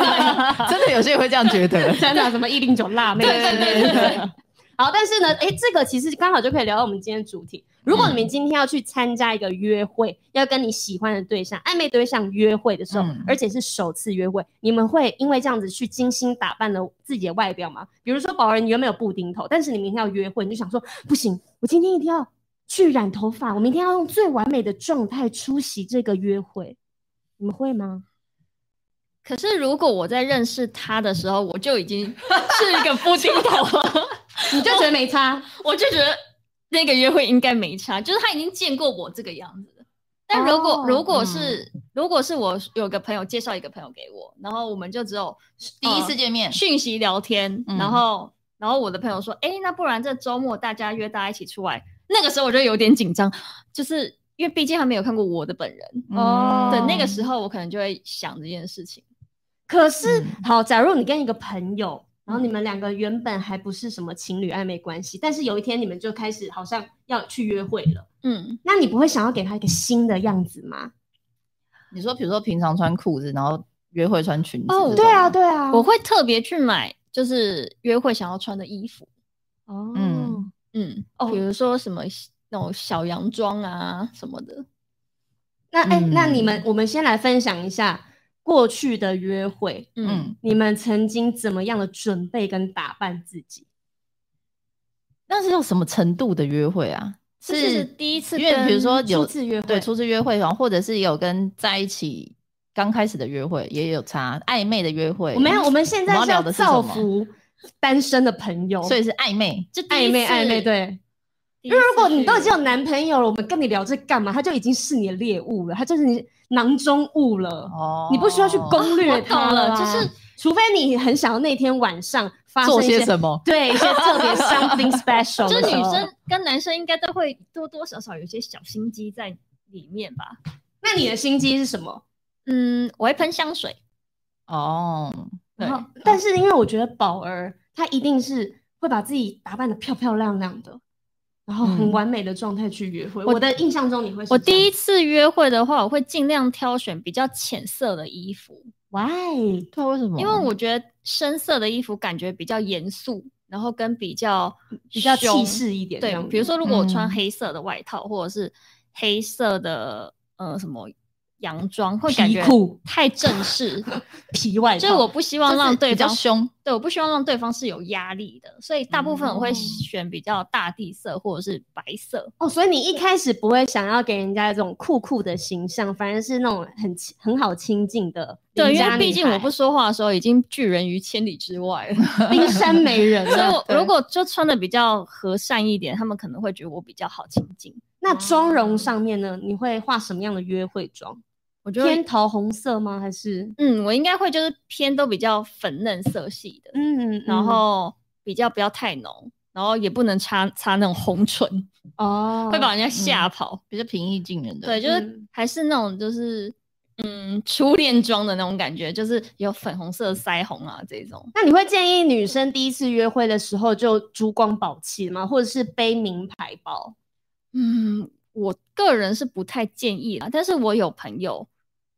Speaker 2: ，
Speaker 1: 真的有些人会这样觉得
Speaker 2: 真的什么一零九辣妹，
Speaker 1: 对对对对对。
Speaker 2: 好，但是呢，哎、这个其实刚好就可以聊到我们今天的主题。如果你们今天要去参加一个约会，要跟你喜欢的对象、暧昧对象约会的时候，
Speaker 1: 嗯
Speaker 2: 而且是首次约会，你们会因为这样子去精心打扮了自己的外表吗？比如说，宝儿你原本有布丁头，但是你明天要约会，你就想说，不行，我今天一定要去染头发，我明天要用最完美的状态出席这个约会。你们会吗？
Speaker 3: 可是如果我在认识他的时候，我就已经是一个不丁头了，
Speaker 2: 你就觉得没差？
Speaker 3: 我就觉得那个约会应该没差，就是他已经见过我这个样子了。但如果、
Speaker 2: 哦
Speaker 3: 如果是、如果是我有个朋友介绍一个朋友给我，然后我们就只有
Speaker 1: 第
Speaker 2: 嗯
Speaker 1: 一次见面，
Speaker 3: 讯息聊天，
Speaker 1: 嗯
Speaker 3: 然后然后我的朋友说，哎、那不然这周末大家约大家一起出来。那个时候我就有点紧张，就是因为毕竟还没有看过我的本人。
Speaker 1: 嗯
Speaker 2: 哦
Speaker 3: 的
Speaker 2: 对
Speaker 3: 那个时候，我可能就会想这件事情。
Speaker 2: 可是、
Speaker 1: 嗯
Speaker 2: 好，假如你跟一个朋友，然后你们两个原本还不是什么情侣暧昧关系，但是有一天你们就开始好像要去约会了，
Speaker 3: 嗯，
Speaker 2: 那你不会想要给他一个新的样子吗？
Speaker 1: 你说，比如说平常穿裤子，然后约会穿裙子，
Speaker 3: 哦
Speaker 1: 这种
Speaker 2: 对啊，，对啊，
Speaker 3: 我会特别去买，就是约会想要穿的衣服。
Speaker 2: 哦，
Speaker 1: 嗯
Speaker 3: 嗯，
Speaker 2: 哦
Speaker 3: 比如说什么西那种小洋装啊什么的。
Speaker 2: 那哎、
Speaker 1: 嗯
Speaker 2: 那你们我们先来分享一下过去的约会，
Speaker 3: 嗯，
Speaker 1: 嗯，
Speaker 2: 你们曾经怎么样的准备跟打扮自己？
Speaker 1: 那是要什么程度的约会啊？
Speaker 3: 这就是第一次
Speaker 1: 因为比如说
Speaker 3: 跟
Speaker 1: 有
Speaker 2: 初次约会
Speaker 1: 对初次约会，然后或者是有跟在一起刚开始的约会也有差，暧昧的约会
Speaker 2: 我们要我们现在
Speaker 1: 我
Speaker 2: 是
Speaker 1: 们要
Speaker 2: 要
Speaker 1: 聊的是什
Speaker 2: 造
Speaker 1: 么
Speaker 2: 福单身的朋友，
Speaker 1: 所以是暧昧，
Speaker 3: 就第一
Speaker 2: 暧昧
Speaker 3: 次
Speaker 2: 暧昧，对。
Speaker 3: 因
Speaker 2: 因为如果你都已经有男朋友了，我们跟你聊这干嘛？他就已经是你的猎物了，他就是你囊中物了，
Speaker 1: 哦
Speaker 2: 你不需要去攻略
Speaker 3: 我懂
Speaker 2: 他
Speaker 3: 了，
Speaker 2: 啊
Speaker 3: 就是
Speaker 2: 除非你很想要那天晚上发生
Speaker 1: 做
Speaker 2: 一
Speaker 1: 些什么。
Speaker 2: 对一些特别 something special，
Speaker 3: 就
Speaker 2: 的时
Speaker 3: 女
Speaker 2: 候
Speaker 3: 生。跟男生应该都会多多少少有些小心机在里面吧。
Speaker 2: 那你的心机是什么？
Speaker 3: 嗯，我会喷香水，
Speaker 1: 哦，对
Speaker 2: 然，后，但是因为我觉得宝儿她一定是会把自己打扮的漂漂亮亮的，然后很
Speaker 1: 嗯
Speaker 2: 完美的状态去约会。
Speaker 3: 我
Speaker 2: 我的印象中你会是
Speaker 3: 我
Speaker 2: 这样
Speaker 3: 第一次约会的话，我会尽量挑选比较浅色的衣服，
Speaker 2: why
Speaker 1: 对啊，为什
Speaker 2: 哦
Speaker 1: 么？
Speaker 3: 因为我觉得深色的衣服感觉比较严肃，然后跟比较
Speaker 2: 比较
Speaker 3: 凶
Speaker 2: 气。势一点这
Speaker 3: 对
Speaker 2: 样子，，
Speaker 3: 嗯比如说如果我穿
Speaker 1: 嗯
Speaker 3: 黑色的外套，或者是黑色的呃什么洋装，会感觉
Speaker 2: 皮裤
Speaker 3: 太正 式，
Speaker 2: 皮外套，
Speaker 3: 就是我不希望让对
Speaker 1: 比较
Speaker 3: 方
Speaker 1: 凶，
Speaker 3: 对，我不希望让对方是有压力的，所以大部分我会
Speaker 2: 嗯
Speaker 3: 选比较大地色或者是白色。
Speaker 2: 哦，所以你一开始不会想要给人家这种酷酷的形象，反而是那种很亲很好亲近的
Speaker 3: 对，
Speaker 2: 邻
Speaker 3: 因
Speaker 2: 家女孩。
Speaker 3: 为毕竟我不说话的时候已经拒人于千里之外了，
Speaker 2: 冰山美人啊
Speaker 3: 所 以
Speaker 2: 了。
Speaker 3: 我如果就穿的比较和善一点，他们可能会觉得我比较好亲近。
Speaker 2: 那妆容上面呢？你会画什么样的约会妆？
Speaker 3: 我觉
Speaker 2: 偏
Speaker 3: 得，
Speaker 2: 桃红色吗？还是
Speaker 3: 嗯，我应该会就是偏都比较粉嫩色系的，
Speaker 2: 嗯，
Speaker 3: 然后比较不要太浓，然后也不能擦擦那种红唇，
Speaker 2: 哦，
Speaker 3: 会把人家吓跑。
Speaker 1: 比较平易近人的。
Speaker 3: 对，就是
Speaker 2: 嗯
Speaker 3: 还是那种就是嗯初恋妆的那种感觉，就是有粉红色的腮红啊这种。
Speaker 2: 那你会建议女生第一次约会的时候就珠光宝气吗？或者是背名牌包？
Speaker 3: 嗯，我个人是不太建议啦，但是我有朋友，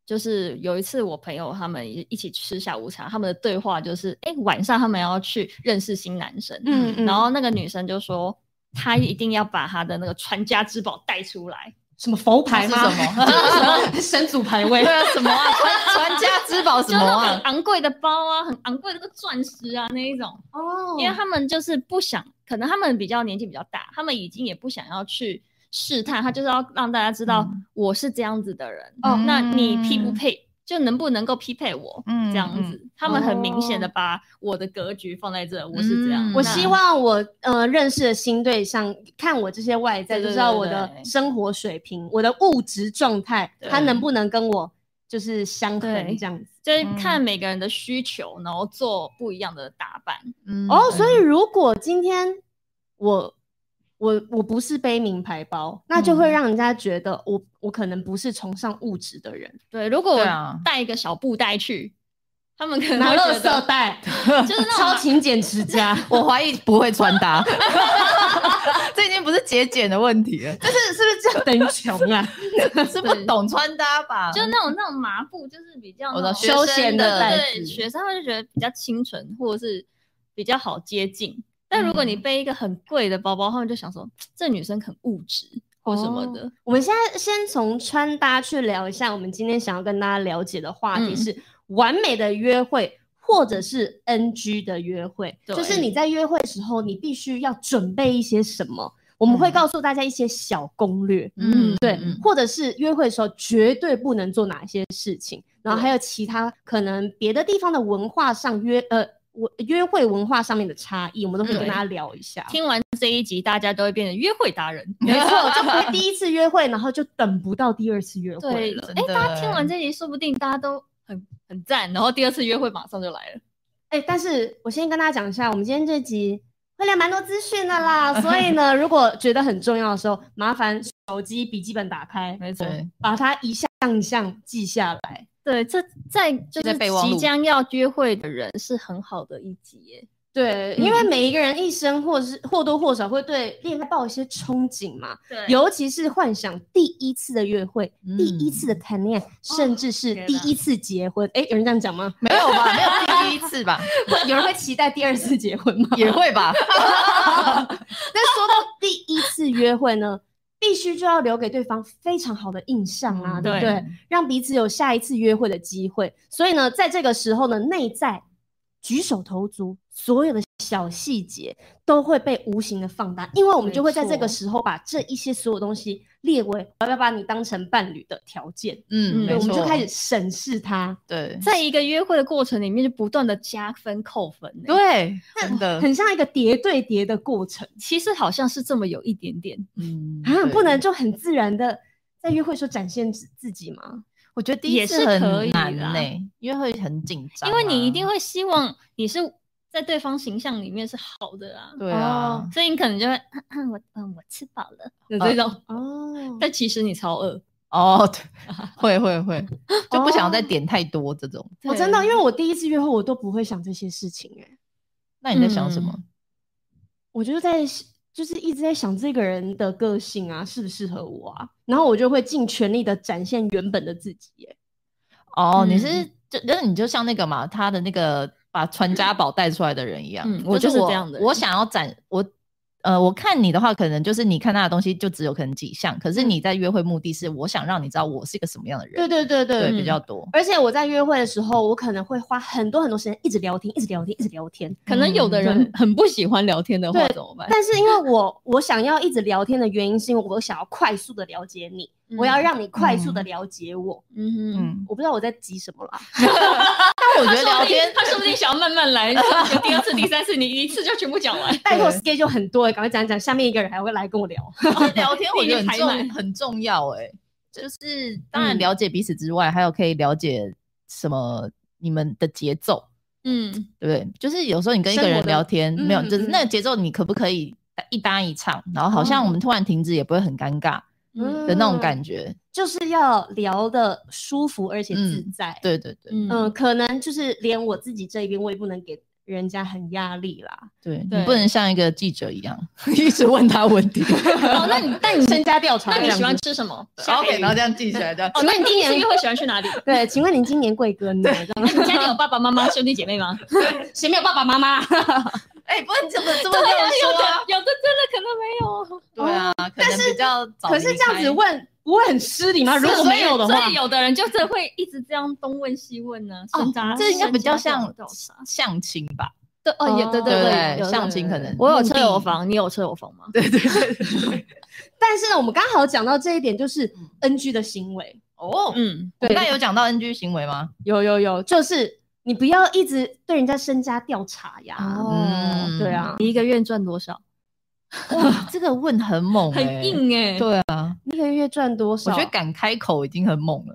Speaker 3: 就是有一次我朋友他们一起吃下午茶，他们的对话就是，哎、晚上他们要去认识新男生，
Speaker 2: 嗯嗯
Speaker 3: 然后那个女生就说。她一定要把她的那个传家之宝带出来，
Speaker 2: 什么佛牌
Speaker 1: 是
Speaker 2: 吗？
Speaker 1: 什 么？
Speaker 2: 什么神主牌位
Speaker 1: 对？啊，什么啊？传传家之宝
Speaker 3: 就
Speaker 1: 什
Speaker 3: 是
Speaker 1: 么
Speaker 3: 那种很
Speaker 1: 啊？
Speaker 3: 昂贵的包啊，很昂贵的那个钻石啊那一种，
Speaker 2: 哦
Speaker 1: 嗯
Speaker 3: 因为他们就是不想，可能他们比较年纪比较大，他们已经也不想要去试探，他就是要让大家知道
Speaker 1: 嗯
Speaker 3: 我是这样子的人，
Speaker 2: 哦
Speaker 3: 那你匹不配，就能不能够匹配我，
Speaker 1: 嗯
Speaker 3: 这样子，他们很明显的把我的格局放在这，我是这样，
Speaker 1: 嗯
Speaker 2: 我
Speaker 3: 那
Speaker 2: 希望我呃认识的新对象，看我这些外在，
Speaker 3: 对
Speaker 2: 就
Speaker 3: 对
Speaker 2: 知道
Speaker 3: 对
Speaker 2: 我的
Speaker 3: 对
Speaker 2: 生活水平、我的物质状态，
Speaker 3: 对
Speaker 2: 他能不能跟我就是相衡
Speaker 3: 对
Speaker 2: 这样子。
Speaker 3: 就是
Speaker 1: 嗯
Speaker 3: 看每个人的需求，然后做不一样的打扮，
Speaker 1: 嗯
Speaker 2: 哦，所以如果今天我我我不是背名牌包，那就会
Speaker 1: 嗯
Speaker 2: 让人家觉得我我可能不是崇尚物质的人，
Speaker 3: 对，如果
Speaker 1: 对
Speaker 3: 我
Speaker 1: 啊
Speaker 3: 带一个小布袋去，他们可能
Speaker 2: 拿
Speaker 3: 会
Speaker 2: 垃
Speaker 3: 觉
Speaker 2: 圾
Speaker 3: 得
Speaker 2: 袋，
Speaker 3: 就是那种
Speaker 2: 超勤俭持 家。
Speaker 1: 我怀疑不会穿搭， 这已经不是节俭的问题了，
Speaker 2: 这是不是这样等于穷啊？
Speaker 1: 是不懂穿搭吧？
Speaker 3: 就是那种那种麻布，就是比较
Speaker 1: 我
Speaker 3: 那
Speaker 1: 的
Speaker 3: 种
Speaker 1: 学
Speaker 2: 休
Speaker 1: 生
Speaker 2: 闲
Speaker 1: 的
Speaker 2: 袋
Speaker 3: 对
Speaker 2: 子
Speaker 3: 学生他就觉得比较清纯，或者是比较好接近。但如果
Speaker 1: 嗯
Speaker 3: 你背一个很贵的包包，他们就想说这女生很物质或什么
Speaker 1: 哦
Speaker 3: 的。
Speaker 2: 我们现在先从穿搭去聊一下，我们今天想要跟大家了解的话题
Speaker 3: 嗯
Speaker 2: 是完美的约会，或者是 NG 的约会，
Speaker 3: 对
Speaker 2: 就是你在约会的时候，你必须要准备一些什么。我们会
Speaker 1: 嗯
Speaker 2: 告诉大家一些小攻略，
Speaker 3: 嗯
Speaker 2: 对，
Speaker 1: 嗯
Speaker 2: 或者是约会的时候绝对不能做哪些事情，然后还有其他可能别的地方的文化上约呃我约会文化上面的差异，我们都会跟
Speaker 3: 对
Speaker 2: 大家聊一下。
Speaker 3: 听 完这一集，大家都会变成约会达人。
Speaker 2: 没错，就不会第一次约会，然后就等不到第二次约会
Speaker 3: 对，
Speaker 2: 了。
Speaker 3: 哎、
Speaker 1: 真的
Speaker 3: 大家听完这集，说不定大家都很很赞，然后第二次约会马上就来了。
Speaker 2: 哎、但是我先跟大家讲一下，我们今天这集会聊蛮多资讯的啦，所以呢，如果觉得很重要的时候，麻烦手机笔记本打开，
Speaker 3: 没错
Speaker 1: 哎对，
Speaker 2: 把它一项一项记下来。
Speaker 3: 对，这在就
Speaker 1: 在
Speaker 3: 是
Speaker 1: 备忘录
Speaker 3: 即将要约会的人是很好的一集耶。
Speaker 2: 对，因为每一个人一生或是或多或少会对恋爱抱一些憧憬嘛，
Speaker 3: 对
Speaker 2: 尤其是幻想第一次的约会、第一次的谈恋爱，甚至是
Speaker 3: 天
Speaker 2: 第
Speaker 3: 哪
Speaker 2: 一次结婚。哎、有人这样讲吗？
Speaker 1: 没有吧？没有第一次吧？
Speaker 2: 会 有人会期待第二次结婚吗？
Speaker 1: 也会 吧？
Speaker 2: 那说到第一次约会呢，必须就要留给对方非常好的印象啊，
Speaker 1: 嗯
Speaker 2: 对不
Speaker 3: 对
Speaker 2: 对？让彼此有下一次约会的机会。所以呢，在这个时候呢，内在举手投足，所有的小细节都会被无形的放大，因为我们就会在这个时候把这一些所有东西列为我要把你当成伴侣的条件，
Speaker 3: 嗯
Speaker 1: 嗯，
Speaker 2: 对，
Speaker 1: 没
Speaker 2: 我们就
Speaker 1: 错
Speaker 2: 开始审视他。
Speaker 1: 对
Speaker 3: 在一个约会的过程里面，就不断的加分扣分耶。
Speaker 1: 对，真的，
Speaker 2: 很像一个叠对叠的过程
Speaker 3: 其实好像是这么有一点点。
Speaker 1: 嗯
Speaker 2: 啊，
Speaker 1: 对
Speaker 2: 不能就很自然的在约会时候展现自自己吗？
Speaker 1: 我觉得第一
Speaker 3: 也
Speaker 1: 次
Speaker 3: 是
Speaker 1: 很
Speaker 3: 可以
Speaker 1: 难
Speaker 3: 啦
Speaker 1: 呢、因为会很紧张啊、
Speaker 3: 因为你一定会希望你是在对方形象里面是好的啊，
Speaker 1: 对啊，
Speaker 3: 所以你可能就会，嗯嗯，我嗯我吃饱了，有
Speaker 1: 呃
Speaker 3: 这种，
Speaker 2: 哦，
Speaker 3: 但其实你超饿。
Speaker 1: 哦，对， 会会会，哦就不想再点太多这种。
Speaker 2: 我、哦真的，因为我第一次约会，我都不会想这些事情、欸，
Speaker 1: 那你在想什么？
Speaker 2: 我就在就是一直在想这个人的个性啊，适不适合我啊，然后我就会尽全力的展现原本的自己、欸，
Speaker 1: 哦，你
Speaker 3: 嗯
Speaker 1: 是就那你就像那个嘛，他的那个把传家宝带出来的人一样，
Speaker 3: 嗯我就是是
Speaker 1: 我
Speaker 3: 这样的人
Speaker 1: 我想要展我呃，我看你的话，可能就是你看他的东西就只有可能几项，可是
Speaker 3: 嗯
Speaker 1: 你在约会目的是我想让你知道我是一个什么样的人，
Speaker 2: 对对对
Speaker 1: 对
Speaker 2: 对。
Speaker 3: 嗯
Speaker 1: 比较多。
Speaker 2: 而且我在约会的时候，我可能会花很多很多时间一直聊天，一直聊天，一直聊天。
Speaker 3: 可能有的人很不喜欢聊天的话
Speaker 2: 对
Speaker 3: 怎么办？
Speaker 2: 但是因为我我想要一直聊天的原因，是因为我想要快速的了解你，我要让你快速的了解我。
Speaker 3: 嗯哼
Speaker 1: 嗯，
Speaker 2: 我不知道我在急什么啦。
Speaker 1: 但我觉得聊天，
Speaker 3: 他说不定想要慢慢 来，有第二次、第三次，你一次就全部讲 完。
Speaker 2: 拜托
Speaker 1: 对
Speaker 2: schedule 很多、欸，赶快讲一讲，下面一个人还会来跟我聊。
Speaker 1: 聊天我觉得很
Speaker 3: 你已经排
Speaker 1: 重
Speaker 3: 满
Speaker 1: 很重要哎、就是当然
Speaker 3: 嗯
Speaker 1: 了解彼此之外，还有可以了解什么你们的节奏，
Speaker 3: 嗯，
Speaker 1: 对不对？就是有时候你跟一个
Speaker 2: 生活
Speaker 1: 人
Speaker 2: 的
Speaker 1: 聊天，没有，
Speaker 2: 嗯
Speaker 1: 就是
Speaker 2: 嗯
Speaker 1: 那个节奏你可不可以呃一搭一唱，然后好像我们突然停止也不会很尴尬
Speaker 3: 嗯
Speaker 1: 的那种
Speaker 2: 觉，
Speaker 1: 感觉。
Speaker 2: 就是要聊的舒服而且自在。
Speaker 1: 对对对
Speaker 3: 嗯
Speaker 2: 嗯，可能就是连我自己这一边，我也不能给人家很压力啦。
Speaker 1: 对，你
Speaker 3: 对
Speaker 1: 不能像一个记者一样 一直问他问题。
Speaker 3: 哦，那你但你
Speaker 2: 身家调查
Speaker 3: 那
Speaker 2: 这
Speaker 3: 你
Speaker 2: 样
Speaker 3: 喜
Speaker 2: 子，
Speaker 3: 欢吃什么
Speaker 1: OK，然后这样记起来，这样
Speaker 3: 哦，那 你第一次约会喜欢去哪里？
Speaker 2: 对？请问你今年贵庚呢？这样
Speaker 3: 那你家里有爸爸妈妈、兄弟姐妹吗？
Speaker 2: 谁没有爸爸妈妈？
Speaker 1: 哎，不能这么这么这样
Speaker 3: 啊有的真的可能没有。
Speaker 1: 说啊。对啊，可能比较早
Speaker 2: 可是
Speaker 1: 离
Speaker 2: 这样
Speaker 1: 开
Speaker 2: 子问不会很失礼吗？啊如果没有的话
Speaker 3: 所以，有的人就是会一直这样东问西问呢。啊身家
Speaker 1: 这应该比较像
Speaker 3: 身家调查
Speaker 1: 相亲吧？
Speaker 3: 啊对哦，也对
Speaker 2: 哦
Speaker 1: 对不
Speaker 3: 对
Speaker 1: 对，相亲可能
Speaker 3: 我有车有
Speaker 1: 目的
Speaker 3: 房，你有车有房吗？
Speaker 1: 对对对对对。
Speaker 2: 但是呢，我们刚好讲到这一点，就是 NG 的行为。
Speaker 1: 哦，
Speaker 3: 嗯，
Speaker 1: 我们刚才有讲到 NG 行为吗？
Speaker 2: 有有有，就是你不要一直对人家身家调查呀。
Speaker 1: 嗯
Speaker 2: 对啊，
Speaker 3: 你一个月赚多少？
Speaker 1: 哇，这个问很 猛，欸
Speaker 3: 很。硬哎。
Speaker 1: 对啊，
Speaker 2: 一个月赚多少？
Speaker 1: 我觉得敢开口已经很猛了。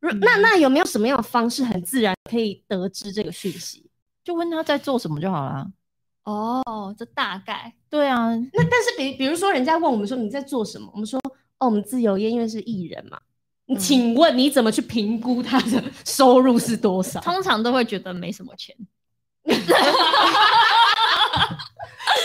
Speaker 2: 如那那有没有什么样的方式很自然可以得知这个讯息？
Speaker 1: 就问他在做什么就好啦。
Speaker 3: 哦，这大概
Speaker 1: 对啊，
Speaker 2: 那但是比比如说人家问我们说你在做什么，我们说哦我们自由业因为是艺人嘛，你
Speaker 3: 嗯
Speaker 2: 请问你怎么去评估他的收入是多少？
Speaker 3: 通常都会觉得没什么钱。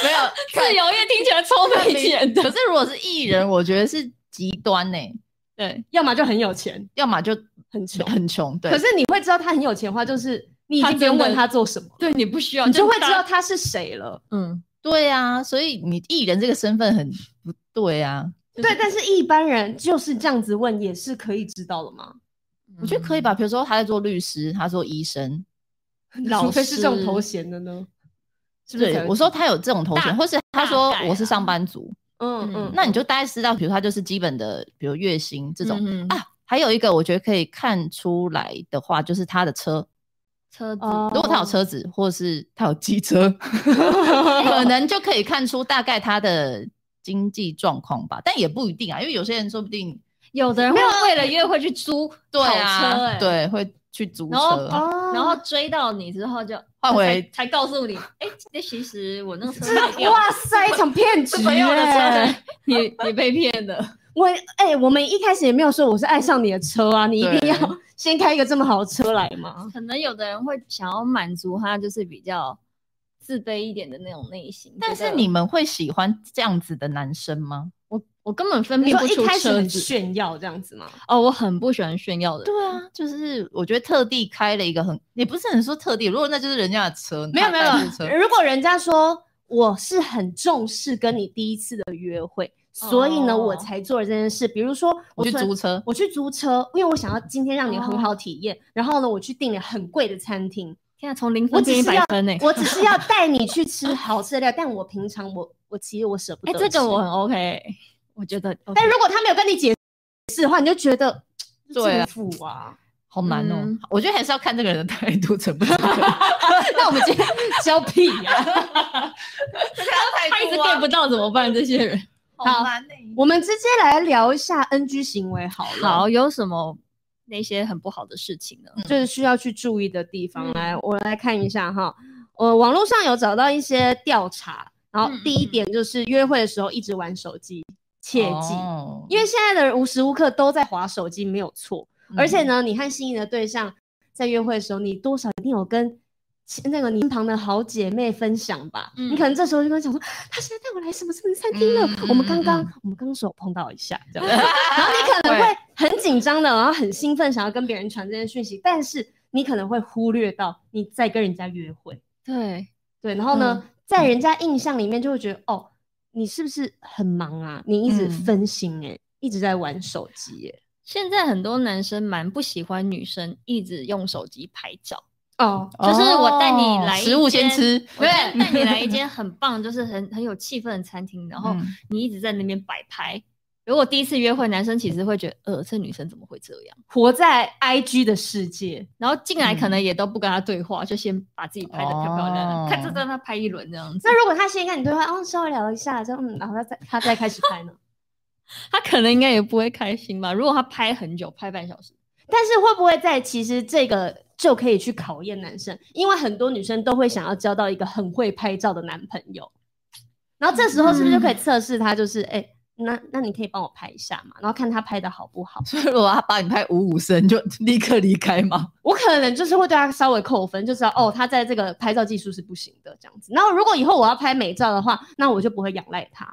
Speaker 1: 没 有
Speaker 3: 自由业听起来超没钱
Speaker 1: 可
Speaker 3: 的。
Speaker 1: 是如果是艺人，我觉得是极端呢、欸
Speaker 3: 对，
Speaker 2: 要么就很有钱
Speaker 1: 要么就
Speaker 2: 很穷，
Speaker 1: 很穷，对。
Speaker 2: 可是你会知道他很有钱的话，就是你已
Speaker 3: 他
Speaker 2: 经不用
Speaker 3: 真的
Speaker 2: 问他做什么，
Speaker 3: 对你不需要，
Speaker 2: 你就会
Speaker 3: 大
Speaker 2: 知道。他是谁了。
Speaker 3: 嗯，
Speaker 1: 对啊，所以你艺人这个身份很不对啊。
Speaker 2: 对，但是一般人就是这样子问也是可以知道的嘛，
Speaker 3: 嗯
Speaker 1: 我觉得可以吧，比如说他在做律师，他做医生，
Speaker 3: 老
Speaker 2: 除非是这种
Speaker 3: 师
Speaker 2: 头衔的呢？是不是才
Speaker 1: 对
Speaker 2: 会？
Speaker 1: 我说他有这种头衔，
Speaker 3: 大
Speaker 1: 或是他说
Speaker 3: 大概啊
Speaker 1: 我是上班族，
Speaker 2: 嗯嗯，
Speaker 1: 那你就大概知道，比如他就是基本的，比如月薪这
Speaker 3: 这
Speaker 1: 种、
Speaker 3: 种啊，
Speaker 1: 啊。还有一个我觉得可以看出来的话，就是他的车，
Speaker 3: 车子
Speaker 2: 哦
Speaker 1: 如果他有车子，或是他有机车，可能就可以看出大概他的经济状况吧，但也不一定啊，因为有些人说不定
Speaker 3: 有的人会为了约会去租
Speaker 1: 对
Speaker 3: 跑车
Speaker 1: 啊，
Speaker 3: 欸，
Speaker 1: 对，会去租
Speaker 3: 然后
Speaker 1: 车，
Speaker 2: 哦，
Speaker 3: 然后追到你之后就
Speaker 1: 换回
Speaker 3: 才才告诉你，哎，这其实我那个车卖掉了，
Speaker 2: 哇塞，一场骗局、
Speaker 3: 是朋友的车
Speaker 2: 欸！
Speaker 3: 子，你你被骗的，
Speaker 2: 我哎、我们一开始也没有说我是爱上你的车啊，你一定
Speaker 1: 对
Speaker 2: 要先开一个这么好的车来嘛。
Speaker 3: 可能有的人会想要满足他就是比较自卑一点的那种内心，
Speaker 1: 但
Speaker 3: 觉
Speaker 1: 是
Speaker 3: 得
Speaker 1: 你们会喜欢这样子的男生吗？
Speaker 3: 我我根本分
Speaker 2: 你
Speaker 3: 辨
Speaker 2: 说
Speaker 3: 不
Speaker 2: 一
Speaker 3: 出
Speaker 2: 开始
Speaker 3: 车
Speaker 2: 很
Speaker 3: 子
Speaker 2: 炫耀这样子吗？
Speaker 3: 哦，我很不喜欢炫耀的人，
Speaker 1: 对啊，就是我觉得特地开了一个很，也不是很说特地，如果那就是人家的车，
Speaker 2: 没有
Speaker 1: 他
Speaker 2: 没有
Speaker 1: 带你的车，
Speaker 2: 如果人家说我是很重视跟你第一次的约会，所以呢，
Speaker 3: 哦
Speaker 2: 我才做了这件事。比如说
Speaker 1: 我去
Speaker 2: 突然
Speaker 1: 租车，
Speaker 2: 我去租车，因为我想要今天让你有很好体验。然后呢，我去订了很贵的餐厅，
Speaker 3: 天啊，从零
Speaker 2: 我
Speaker 3: 分
Speaker 2: 只
Speaker 3: 变一
Speaker 2: 是要
Speaker 3: 百分呢、
Speaker 2: 我只是要带你去吃好吃的料，但我平常我我其实我舍不
Speaker 3: 哎、
Speaker 2: 得吃。
Speaker 3: 这个我很 OK，我觉得 OK。
Speaker 2: 但如果他没有跟你解释的话，你就觉得
Speaker 1: 对啊
Speaker 2: 政府啊，
Speaker 1: 好难哦、
Speaker 3: 嗯
Speaker 1: 我觉得还是要看这个人的态度成不成熟，
Speaker 2: 那我们今天交屁呀、
Speaker 1: 啊
Speaker 3: 他一直
Speaker 2: 啊
Speaker 3: get 不到怎么办？这些人
Speaker 2: 好
Speaker 1: 难呢、
Speaker 2: 我们直接来聊一下 NG 行为好嗯了，
Speaker 3: 好，有什么那些很不好的事情呢？
Speaker 2: 就是需要去注意的地方。来，我来看一下哈，呃，网络上有找到一些调查，然后
Speaker 3: 嗯
Speaker 2: 第一点就是约会的时候一直玩手机，切记。
Speaker 1: 哦
Speaker 2: 因为现在的人无时无刻都在划手机，没有错。
Speaker 1: 嗯
Speaker 2: 而且呢，你和心仪的对象在约会的时候，你多少一定有跟亲那个你身旁的好姐妹分享吧。
Speaker 3: 嗯
Speaker 2: 你可能这时候就跟她讲说，他现在带我来什么什么餐厅了，
Speaker 1: 嗯嗯
Speaker 2: 我们刚
Speaker 1: 嗯
Speaker 2: 刚、
Speaker 1: 嗯
Speaker 2: 我们刚手碰到一下，这样。然后你可能会很紧张的，然后很兴奋，想要跟别人传这些讯息，但是你可能会忽略到你在跟人家约会。
Speaker 3: 对，
Speaker 1: 嗯
Speaker 2: 对，然后呢，在人家印象里面就会觉得，哦，你是不是很忙啊？你一直
Speaker 1: 嗯
Speaker 2: 分心哎、一直在玩手机哎、
Speaker 3: 现在很多男生蛮不喜欢女生一直用手机拍照，
Speaker 2: 哦，
Speaker 3: 就是我带你
Speaker 1: 哦
Speaker 3: 来一
Speaker 1: 食物先
Speaker 3: 间
Speaker 1: 吃，
Speaker 3: 我 带带你来一间很棒，就是很很有气氛的餐厅，然后
Speaker 1: 嗯
Speaker 3: 你一直在那边摆拍。如果第一次约会，男生其实会觉得，呃，这女生怎么会这样？
Speaker 2: 活在 IG 的世界，
Speaker 3: 然后进来可
Speaker 1: 嗯
Speaker 3: 能也都不跟他对话，就先把自己拍的漂漂亮亮，看着
Speaker 1: 哦
Speaker 3: 让他拍一轮这样子。
Speaker 2: 那如果他先跟你对话，哦，稍微聊一下，就嗯，然后他再他再开始拍呢。
Speaker 3: 他可能应该也不会开心吧？如果他拍很久，拍半小时，
Speaker 2: 但是会不会 在其实这个就可以去考验男生，因为很多女生都会想要交到一个很会拍照的男朋友，然后这时候是不是就可以测试他，就是哎、那那你可以帮我拍一下嘛，然后看他拍的好不好。
Speaker 1: 所以如果他把你拍五五身，你就立刻离开嘛。
Speaker 2: 我可能就是会对他稍微扣分，就知道哦，他在这个拍照技术是不行的这样子。然后如果以后我要拍美照的话，那我就不会仰赖他。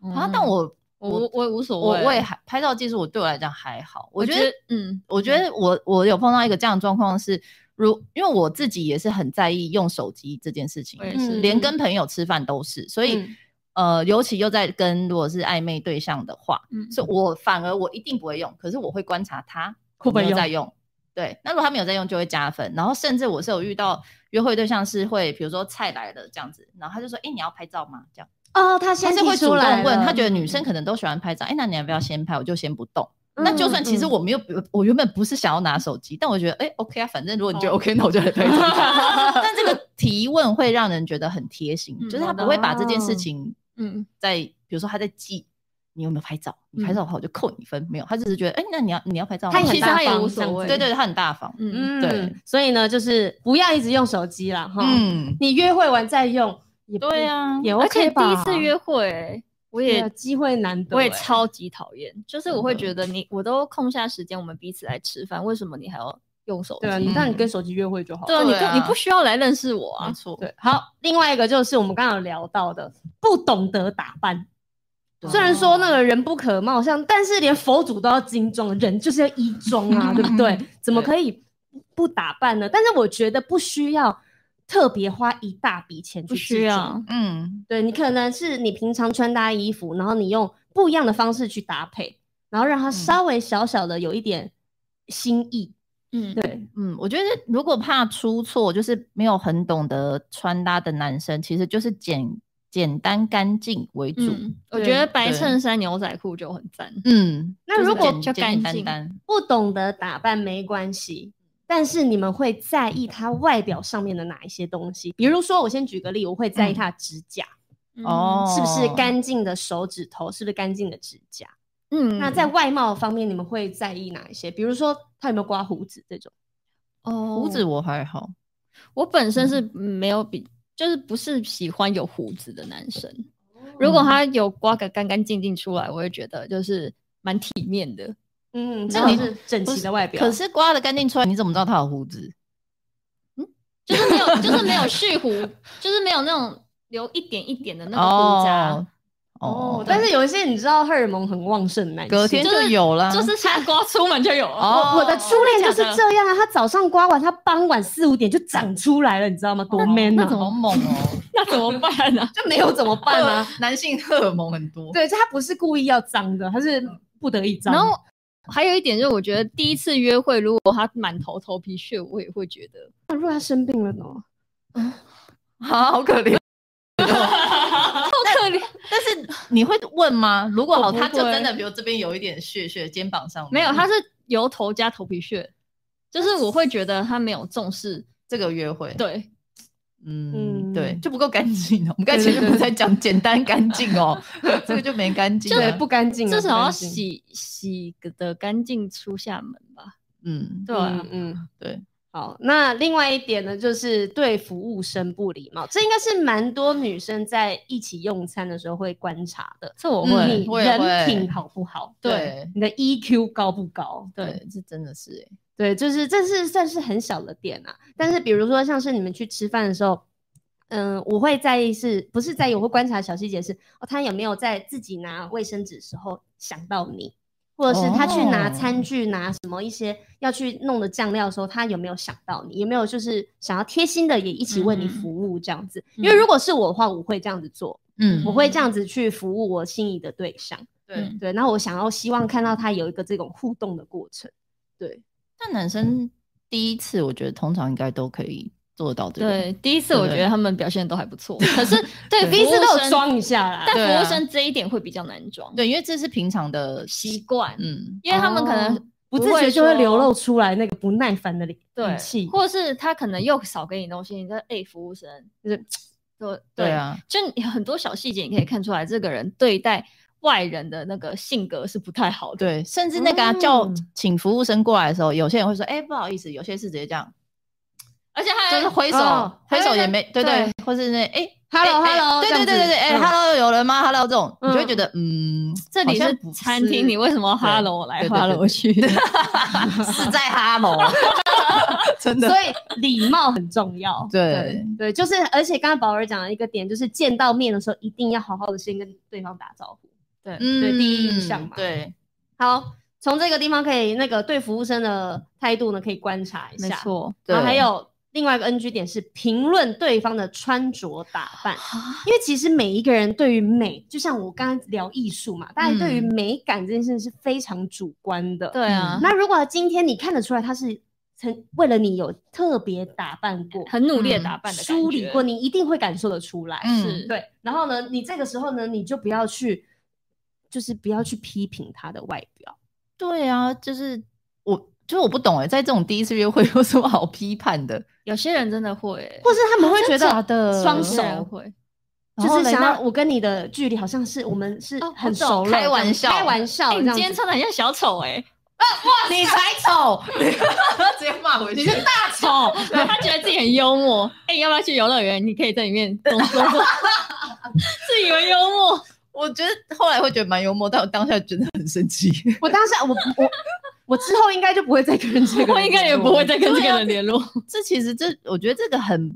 Speaker 1: 啊，但我
Speaker 3: 嗯我我我也无所
Speaker 1: 我
Speaker 3: 谓，
Speaker 1: 我也还拍照技术，我对我来讲还好。我
Speaker 3: 我
Speaker 1: 觉
Speaker 3: 觉
Speaker 1: 得
Speaker 3: 得嗯，
Speaker 1: 我觉得我我有碰到一个这样的状况是，如因为我自己也是很在意用手机这件事情
Speaker 3: 我，也是
Speaker 2: 嗯
Speaker 1: 连跟朋友吃饭都是，所以、
Speaker 2: 嗯
Speaker 1: 呃，尤其又在跟如果是暧昧对象的话，
Speaker 3: 嗯
Speaker 1: 所以我反而我一定不会用，可是我会观察他
Speaker 2: 会不会
Speaker 1: 有没
Speaker 2: 用
Speaker 3: 嗯
Speaker 1: 有在用。对，那如果他没有在用，就会加分。然后甚至我是有遇到约会对象是会，比如说菜来了这样子，然后他就说：“哎、你要拍照吗？”这样，
Speaker 2: 哦，他先
Speaker 1: 他是会
Speaker 2: 提
Speaker 1: 主
Speaker 2: 出来
Speaker 1: 动问，
Speaker 2: 了
Speaker 1: 他觉得女生可能都喜欢拍照，哎、那你要不要先拍？我就先不动。
Speaker 2: 嗯
Speaker 1: 那就算其实
Speaker 2: 嗯
Speaker 1: 我没有，我原本不是想要拿手机，但我觉得哎、OK 啊，反正如果你觉得
Speaker 3: 哦
Speaker 1: OK，、那我就来拍 照。但这个提问会让人觉得很贴心，
Speaker 3: 嗯
Speaker 1: 就是他
Speaker 3: 好的
Speaker 1: 不会把这件
Speaker 2: 哦
Speaker 1: 事情
Speaker 3: 嗯，
Speaker 1: 在，比如说他在记你有没有拍照，你拍
Speaker 3: 嗯
Speaker 1: 照的话我就扣你分，没有，他只是觉得哎、那你要你要拍照吗，
Speaker 2: 他也很
Speaker 3: 其实
Speaker 2: 大
Speaker 3: 他也
Speaker 2: 方
Speaker 3: 无
Speaker 2: 这样
Speaker 3: 所
Speaker 2: 子
Speaker 3: 谓，
Speaker 1: 对对，他很大方，
Speaker 2: 嗯，
Speaker 3: 嗯，
Speaker 1: 对
Speaker 2: 所以呢，就是不要一直用手机啦，哈。
Speaker 1: 嗯，
Speaker 2: 你约会完再用，也不
Speaker 1: 对啊，
Speaker 2: 也
Speaker 3: 而且
Speaker 2: OK
Speaker 3: 第
Speaker 2: 吧？
Speaker 3: 一次约会，我
Speaker 2: 对
Speaker 3: 也
Speaker 2: 啊机会难得欸，
Speaker 3: 我也超级讨厌，就是我会
Speaker 1: 真
Speaker 3: 觉
Speaker 1: 的
Speaker 3: 得你我都空下时间，我们彼此来吃饭，为什么你还要用手
Speaker 2: 对啊，
Speaker 3: 机
Speaker 2: 你
Speaker 1: 嗯？
Speaker 2: 让你跟手机约会就好
Speaker 3: 对
Speaker 2: 了。
Speaker 3: 啊，你
Speaker 1: 对啊
Speaker 3: 不你不需要来认识我啊
Speaker 1: 嗯没。错，
Speaker 2: 对，好，另外一个就是我们刚刚有聊到的，不懂得打扮。
Speaker 1: 对啊
Speaker 2: 虽然说那个人不可貌相，但是连佛祖都要精装，人就是要衣装啊，对不对？怎么可以不打扮呢？但是我觉得不需要特别花一大笔钱去
Speaker 3: 不需
Speaker 2: 制
Speaker 3: 要
Speaker 2: 装
Speaker 1: 嗯，
Speaker 2: 对你可能是你平常穿搭衣服，然后你用不一样的方式去搭配，然后让
Speaker 1: 嗯
Speaker 2: 它稍微小小的有一点新意。
Speaker 3: 嗯，
Speaker 2: 对，
Speaker 1: 嗯，我觉得如果怕出错，就是没有很懂得穿搭的男生，其实就是简简单干净为主。
Speaker 3: 嗯，我
Speaker 2: 对
Speaker 3: 觉得白
Speaker 1: 对
Speaker 3: 衬衫牛仔裤就很赞。
Speaker 1: 嗯，
Speaker 2: 那
Speaker 1: 就是
Speaker 2: 如果
Speaker 1: 简
Speaker 3: 就
Speaker 1: 简简
Speaker 3: 干
Speaker 1: 单
Speaker 3: 净
Speaker 1: 单，
Speaker 2: 不懂得打扮没关系，但是你们会在意它外表上面的哪一些东西？比如说，我先举个例，我会在意它的指甲、
Speaker 1: 嗯
Speaker 3: 嗯
Speaker 1: 哦
Speaker 2: 是不是干净的手指头，是不是干净的指甲？
Speaker 3: 嗯，
Speaker 2: 那在外貌方面，你们会在意哪一些？比如说，他有没有刮胡子这种？
Speaker 3: 哦
Speaker 1: 胡子，我还好，
Speaker 3: 我本身是
Speaker 2: 嗯
Speaker 3: 没有比，就是不是喜欢有胡子的男生。
Speaker 2: 哦
Speaker 3: 如果他有刮个干干净净出来，我会觉得就是蛮体面的。
Speaker 2: 嗯，这
Speaker 1: 这
Speaker 2: 个
Speaker 1: 你
Speaker 2: 是整齐的外表。
Speaker 1: 可是刮的干净出来，你怎么知道他有胡子？
Speaker 3: 就是没有，就是没有蓄 胡，就是没有那种留一点一点的那个胡渣，
Speaker 2: 哦
Speaker 1: 哦，，
Speaker 2: 但是有一些你知道荷尔蒙很旺盛的男性，
Speaker 1: 隔天
Speaker 3: 就是
Speaker 1: 就有了，
Speaker 3: 就是他刮出门就有了。
Speaker 1: 哦
Speaker 2: 我我的初恋就是
Speaker 3: 真的假
Speaker 2: 这样啊，他早上刮完，他傍晚四五点就长出来了，你知道吗？多 man
Speaker 3: 那
Speaker 2: 啊
Speaker 3: 怎！
Speaker 1: 好猛哦，
Speaker 3: 那怎么办呢、
Speaker 2: 就没有怎么办啊？
Speaker 1: 荷男性荷尔蒙很多，
Speaker 2: 对，就他不是故意要脏的，他是不得已脏。
Speaker 3: 然后还有一点就是，我觉得第一次约会，如果他满头头皮屑，我也会觉得
Speaker 2: 那如果他生病了呢？
Speaker 1: 啊好好可怜。
Speaker 3: 好可怜。
Speaker 1: 但是 你会问吗？如果好，
Speaker 3: 我不会
Speaker 1: 他就真的，比如这边有一点屑屑，肩膀上面
Speaker 3: 没有，他是油头加头皮屑，就是我会觉得他没有重视。
Speaker 1: 这个约会，
Speaker 3: 对，
Speaker 1: 嗯，
Speaker 2: 嗯
Speaker 1: 对，就不够干净哦。我们刚才前面不是在讲简单干净 哦，这个就没干净啊，
Speaker 2: 对，不干净啊，
Speaker 3: 至少要
Speaker 2: 不干净。
Speaker 3: 洗洗的干净出下门吧。
Speaker 1: 嗯，
Speaker 3: 对啊、
Speaker 2: 嗯嗯，
Speaker 1: 对。
Speaker 2: 好，那另外一点呢，就是对服务生不礼貌，这应该是蛮多女生在一起用餐的时候会观察的。
Speaker 3: 这我
Speaker 1: 嗯
Speaker 3: 会。
Speaker 2: 你
Speaker 1: 我也
Speaker 2: 人
Speaker 1: 会
Speaker 2: 品好不好？
Speaker 1: 对
Speaker 2: 你的 EQ 高不高？
Speaker 3: 对，
Speaker 1: 对，这真的是哎，
Speaker 2: 对，就是这是算是很小的点啊。但是比如说像是你们去吃饭的时候，嗯、我会在意是不是在意，我会观察小细节是哦，他有没有在自己拿卫生纸的时候想到你，或者是他去拿
Speaker 1: 哦
Speaker 2: 餐具、拿什么一些要去弄的酱料的时候，他有没有想到你，有没有就是想要贴心的也一起为你
Speaker 3: 嗯
Speaker 2: 服务这样子。
Speaker 3: 嗯
Speaker 2: 因为如果是我的话，我会这样子做，
Speaker 1: 嗯
Speaker 2: 我会这样子去服务我心仪的对象。
Speaker 3: 对
Speaker 2: 对，然后我想要希望看到他有一个这种互动的过程。对，
Speaker 1: 但男生第一次，我觉得通常应该都可以做到这个。
Speaker 3: 对，第一次我觉得他们表现都还不错，可是对
Speaker 2: 第一次
Speaker 3: 服务
Speaker 2: 都有
Speaker 3: 生
Speaker 2: 装一下啦。
Speaker 3: 但
Speaker 1: 对啊
Speaker 3: 服务生这一点会比较难装，
Speaker 1: 对，因为这是平常的习
Speaker 3: 习，惯，
Speaker 1: 嗯，
Speaker 3: 因为他们可能
Speaker 2: 哦不自
Speaker 3: 会
Speaker 2: 觉就会
Speaker 3: 说
Speaker 2: 流露出来那个不耐烦的语
Speaker 3: 对
Speaker 2: 气，，
Speaker 3: 或者是他可能又少给你东西，你说哎，服务生就是对
Speaker 1: 对，啊，
Speaker 3: 就你很多小细节你可以看出来，这个人对待外人的那个性格是不太好的。
Speaker 1: 对，甚至那个、啊叫
Speaker 2: 嗯
Speaker 1: 请服务生过来的时候，有些人会说，哎、不好意思，有些是直接这样，
Speaker 3: 而且他
Speaker 1: 就
Speaker 3: 还
Speaker 1: 是挥手，
Speaker 2: 哦
Speaker 1: 挥手
Speaker 2: 还会
Speaker 1: 也
Speaker 2: 在
Speaker 1: 没，对对，或是那哎。哎
Speaker 2: Hello,
Speaker 1: 哎
Speaker 2: hello，
Speaker 1: 对
Speaker 2: 这
Speaker 1: 对
Speaker 2: 样
Speaker 1: 对对对，哎
Speaker 2: 子嗯
Speaker 1: ，hello 有人吗？hello 这种，你就会
Speaker 2: 嗯
Speaker 1: 觉得嗯，
Speaker 3: 这里
Speaker 1: 好像
Speaker 3: 是
Speaker 1: 不
Speaker 3: 餐厅，
Speaker 1: 是
Speaker 3: 你为什么
Speaker 1: 对
Speaker 3: 哈喽来
Speaker 1: 对对
Speaker 3: 哈喽去？
Speaker 1: 是在哈某，啊 真
Speaker 2: 所以礼貌很重要。
Speaker 1: 对
Speaker 2: 对，就是而且刚刚宝儿讲了一个点，就是见到面的时候一定要好好的先跟对方打招呼。
Speaker 3: 对，
Speaker 1: 嗯
Speaker 2: 对第一印象嘛
Speaker 1: 对，
Speaker 2: 好，从这个地方可以那个对服务生的态度呢，可以观察一
Speaker 3: 没
Speaker 2: 下。
Speaker 3: 错。
Speaker 2: 然后还
Speaker 1: 对
Speaker 2: 有另外一个 NG 点是评论对方的穿着打扮，因为其实每一个人对于美，就像我刚刚聊艺术嘛，大家对于
Speaker 1: 嗯
Speaker 2: 美感这件事是非常主观的。
Speaker 3: 对啊，
Speaker 2: 那如果今天你看得出来他是曾为了你有特别打扮过、
Speaker 3: 很努力的打扮的感觉
Speaker 2: 梳理过，你一定会感受得出来。
Speaker 1: 嗯
Speaker 3: 是
Speaker 2: 对，然后呢，你这个时候呢，你就不要去，就是不要去批评他的外表。
Speaker 1: 对啊，就是我，就是我不懂哎，在这种第一次约会有什么好批判 的？
Speaker 3: 有些人真的会，
Speaker 2: 或是他们会觉
Speaker 1: 假
Speaker 2: 得
Speaker 1: 的
Speaker 2: 双
Speaker 3: 有
Speaker 2: 手
Speaker 3: 些
Speaker 1: 啊
Speaker 3: 人会，
Speaker 2: 就
Speaker 1: 然后
Speaker 2: 是
Speaker 1: 嘞
Speaker 2: 想
Speaker 1: 那
Speaker 2: 要我跟你的距离好像是我们是
Speaker 3: 哦
Speaker 2: 很
Speaker 3: 我懂
Speaker 2: 熟了，
Speaker 1: 开
Speaker 2: 这样
Speaker 1: 玩笑
Speaker 2: 开玩笑
Speaker 3: 哎，
Speaker 2: 这
Speaker 3: 你
Speaker 2: 样
Speaker 3: 今天
Speaker 2: 子
Speaker 3: 穿的很像小丑哎，
Speaker 1: 你才丑， 直接骂回去，你是大
Speaker 3: 丑，对他觉得自己很幽默。哎，要不要去游乐园？你可以在里面动作， 自以为幽默。
Speaker 1: 我觉得后来会觉得蛮幽默，但我当下觉得很生气。
Speaker 2: 我当下我我我之后应该就不会再跟这个，
Speaker 3: 我应该也不会。再跟这个人联络。
Speaker 1: 这其实这，我觉得这个很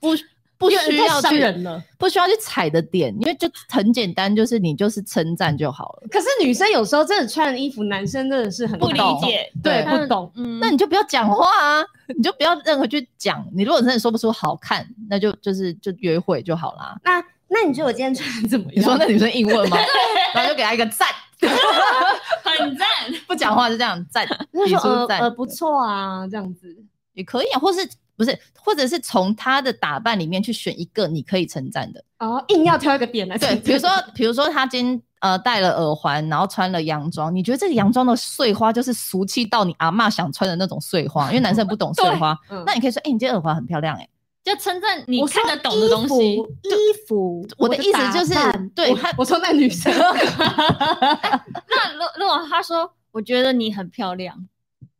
Speaker 1: 不不
Speaker 2: 有点
Speaker 1: 需
Speaker 2: 太
Speaker 1: 要
Speaker 2: 伤
Speaker 1: 去
Speaker 2: 人了，
Speaker 1: 不需要去踩的点，因为就很简单，就是你就是称赞就好了。
Speaker 2: 可是女生有时候真的穿的衣服，男生真的是很
Speaker 3: 不理
Speaker 2: 懂
Speaker 3: 解，
Speaker 2: 对，
Speaker 3: 他
Speaker 2: 不
Speaker 3: 们
Speaker 2: 懂。
Speaker 3: 嗯
Speaker 1: 那你就不要讲话啊，你就不要任何去讲。你如果真的说不出好看，那就就是就约会就好啦。
Speaker 2: 那那你觉得我今天穿得怎么样？
Speaker 1: 你说那女生硬 问吗？然后就给她一个赞，
Speaker 3: 很赞。
Speaker 1: 不讲话就这样赞，
Speaker 2: 那
Speaker 1: 比
Speaker 2: 就
Speaker 1: 出
Speaker 2: 呃
Speaker 1: 赞
Speaker 2: 呃不错啊，这样子。
Speaker 1: 也可以啊，或是不是，或者是从她的打扮里面去选一个你可以称赞的。
Speaker 2: 哦，硬要挑一个点来
Speaker 1: 对，
Speaker 2: 称赞
Speaker 1: 比如说比如说她今天呃戴了耳环，然后穿了洋装，你觉得这个洋装的碎花就是俗气到你阿嬷想穿的那种碎花，因为男生不懂碎
Speaker 3: 对
Speaker 1: 花，
Speaker 2: 嗯
Speaker 1: 那你可以说，哎、你这耳环很漂亮、哎。
Speaker 3: 就称赞你
Speaker 2: 我
Speaker 3: 看
Speaker 2: 说
Speaker 3: 得懂的东西
Speaker 2: 衣。服衣服，
Speaker 1: 我的意思就是
Speaker 2: 打扮
Speaker 1: 对
Speaker 2: 我
Speaker 1: 他
Speaker 2: 我说那女生，
Speaker 3: 那如如果他说，我觉得你很漂亮，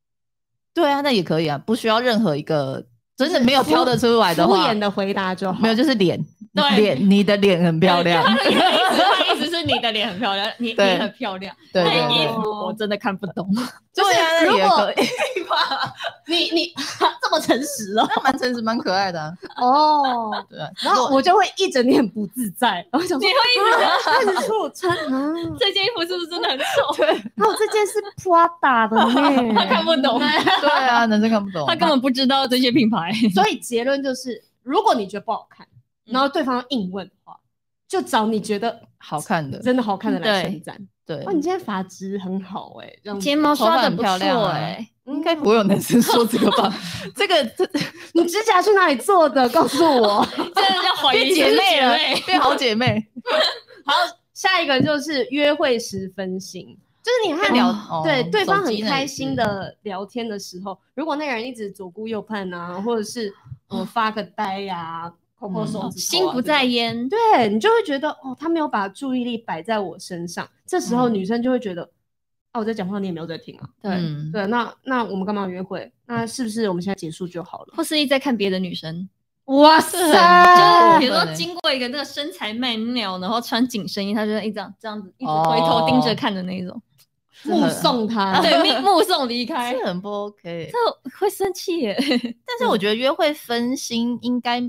Speaker 1: 对啊，那也可以啊，不需要任何一个真的没有挑得出来的
Speaker 2: 敷
Speaker 1: 话，
Speaker 2: 衍的回答就好。
Speaker 1: 没有就是脸，
Speaker 3: 对
Speaker 1: 脸，你的脸很漂亮，
Speaker 3: 他的意思他意思是你的脸很漂亮，你你
Speaker 1: 对
Speaker 3: 很漂亮。
Speaker 1: 对
Speaker 3: 但
Speaker 1: 对
Speaker 3: 衣
Speaker 1: 对，
Speaker 3: 服我真的看不 懂。
Speaker 2: 就是
Speaker 1: 对啊，那
Speaker 2: 如
Speaker 1: 也
Speaker 2: 果
Speaker 1: 可以，
Speaker 2: 你你这么诚实哦，
Speaker 1: 那蛮诚实，蛮可爱的、啊，
Speaker 2: 哦，
Speaker 1: 对啊。
Speaker 2: 然后我就会一整天很不自在，然后想
Speaker 3: 你
Speaker 2: 说
Speaker 3: 会。一直
Speaker 2: 啊
Speaker 3: 想，
Speaker 2: 他只说我穿啊，
Speaker 3: 这件衣服是不是真的很丑？
Speaker 2: 那哦我这件是 Prada 的
Speaker 3: 他看
Speaker 2: 呢。
Speaker 3: 不懂，
Speaker 1: 对啊，男生看不懂，
Speaker 3: 他根本不知道这些品 牌。
Speaker 2: 所以结论就是，如果你觉得不好看，
Speaker 1: 嗯
Speaker 2: 然后对方硬问的话，就找你觉得
Speaker 1: 好看的，
Speaker 2: 真的好看的来
Speaker 3: 对
Speaker 2: 称赞。
Speaker 1: 对
Speaker 2: 哇，，你今天发质很好哎、这样子
Speaker 3: 睫毛
Speaker 1: 刷
Speaker 3: 刷
Speaker 1: 得
Speaker 3: 的
Speaker 1: 很
Speaker 3: 不
Speaker 1: 漂
Speaker 3: 错
Speaker 1: 亮啊
Speaker 3: 哎，
Speaker 1: 应该不会有男生说这个吧？ 这个这
Speaker 2: 你指甲去哪里做的？告诉 我。
Speaker 3: 真的要怀疑
Speaker 1: 变哎姐
Speaker 3: 是
Speaker 1: 妹了
Speaker 3: 姐，
Speaker 1: 变好姐妹，
Speaker 2: 下一个就是约会时分心，就是你和聊、
Speaker 1: 哦
Speaker 2: 对
Speaker 1: 哦
Speaker 2: 对方
Speaker 1: 手
Speaker 2: 很
Speaker 1: 机那
Speaker 2: 开
Speaker 1: 也是
Speaker 2: 心的聊天的时候，如果那个人一直左顾右盼啊，或者是我发个呆呀、抠抠手指头啊、
Speaker 3: 心不在焉。
Speaker 2: 这种，对你就会觉得哦，他没有把注意力摆在我身上，这时候
Speaker 1: 嗯
Speaker 2: 女生就会觉得。哦，我在讲话，你也没有在听啊。
Speaker 3: 对，
Speaker 1: 嗯，
Speaker 2: 对，那那我们干嘛约会？那是不是我们现在结束就好了？
Speaker 3: 或是一直在看别的女生，
Speaker 2: 哇
Speaker 3: 就是比
Speaker 1: 对
Speaker 3: 如说经过一个那个身材曼妙，然后穿紧身衣，他就一直这样这样子，一直回
Speaker 1: 哦
Speaker 3: 头盯着看的那种。
Speaker 2: 目送他，
Speaker 3: 对， 目目送离开，
Speaker 1: 是很不 OK。
Speaker 3: 这会生气耶。
Speaker 1: 但是我觉得约会分心应该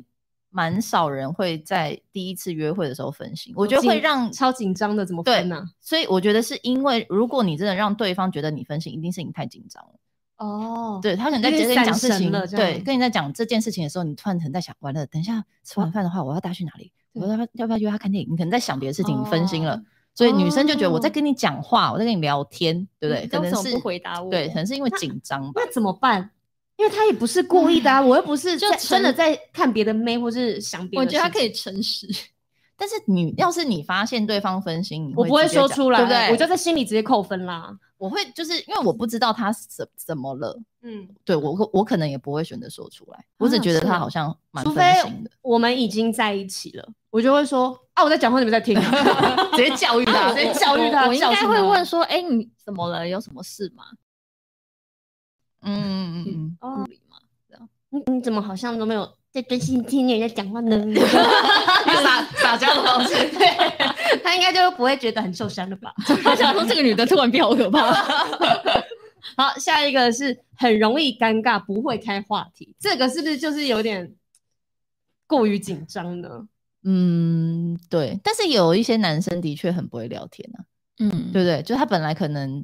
Speaker 1: 蛮少人会在第一次约会的时候分心，我觉得会
Speaker 2: 紧
Speaker 1: 让，
Speaker 2: 超紧张的，怎么
Speaker 1: 对
Speaker 2: 分呢、啊
Speaker 1: 所以我觉得是因为如果你真的让对方觉得你分心，一定是你太紧张了。
Speaker 2: 哦，
Speaker 1: 对他可能在
Speaker 2: 有点
Speaker 1: 跟你讲
Speaker 2: 散
Speaker 1: 事
Speaker 2: 神
Speaker 1: 情
Speaker 2: 了，这样
Speaker 1: 对，跟你在讲这件事情的时候，你突然可能在想，完了，等一下吃
Speaker 2: 嗯
Speaker 1: 完饭的话，我要带他去哪里？我要不要要不要约他看电影？你可能在想别的事情，你分心
Speaker 2: 哦
Speaker 1: 了，所以女生就觉得我在跟你讲话，我在跟你聊天，对不
Speaker 2: 嗯
Speaker 1: 对？
Speaker 3: 你
Speaker 1: 可
Speaker 3: 为
Speaker 1: 能
Speaker 3: 什么
Speaker 1: 是
Speaker 3: 不回答我？
Speaker 1: 对，可能是因为紧张吧。
Speaker 2: 那怎么办？因为他也不是故意的啊，我又不是
Speaker 3: 就
Speaker 2: 在真的
Speaker 3: 纯
Speaker 2: 在看别的妹或是想别的。
Speaker 3: 我觉得他可以，诚实，
Speaker 1: 但是你要是你发现对方分心，你
Speaker 2: 我不会
Speaker 1: 直接
Speaker 2: 说
Speaker 1: 讲
Speaker 2: 出来，
Speaker 1: 对不对？
Speaker 2: 我就在心里直接扣分啦。
Speaker 1: 我会就是因为我不知道他怎怎么了，
Speaker 2: 嗯，
Speaker 1: 对我可我可能也不会选择说出来，我只
Speaker 3: 啊
Speaker 1: 觉得
Speaker 3: 是
Speaker 1: 他
Speaker 3: 哦
Speaker 1: 好像蛮
Speaker 2: 除
Speaker 1: 分
Speaker 2: 非
Speaker 1: 心的，
Speaker 2: 我们已经在一起了，我就会说啊，我在讲话，你们在听啊。
Speaker 1: 直接啊教育他，
Speaker 2: 我直接教育他
Speaker 3: 我我应
Speaker 2: 教
Speaker 3: 该
Speaker 2: 训
Speaker 3: 会
Speaker 2: 他
Speaker 3: 问说，哎、你怎么了？有什么事吗？
Speaker 1: 嗯嗯 嗯嗯，
Speaker 2: 哦，
Speaker 3: 理吗？
Speaker 2: 你你怎么好像都没有在专心听人家讲话呢？
Speaker 1: 撒撒娇的方式，
Speaker 2: 他应该就不会觉得很受伤了吧？
Speaker 3: 他 想说这个女的突然变好可怕，
Speaker 2: 好，下一个是很容易尴尬，不会开话题，这个是不是就是有点过于紧张呢？
Speaker 1: 嗯，对，但是有一些男生的确很不会聊天啊，
Speaker 3: 嗯，
Speaker 1: 对不对？就他本来可能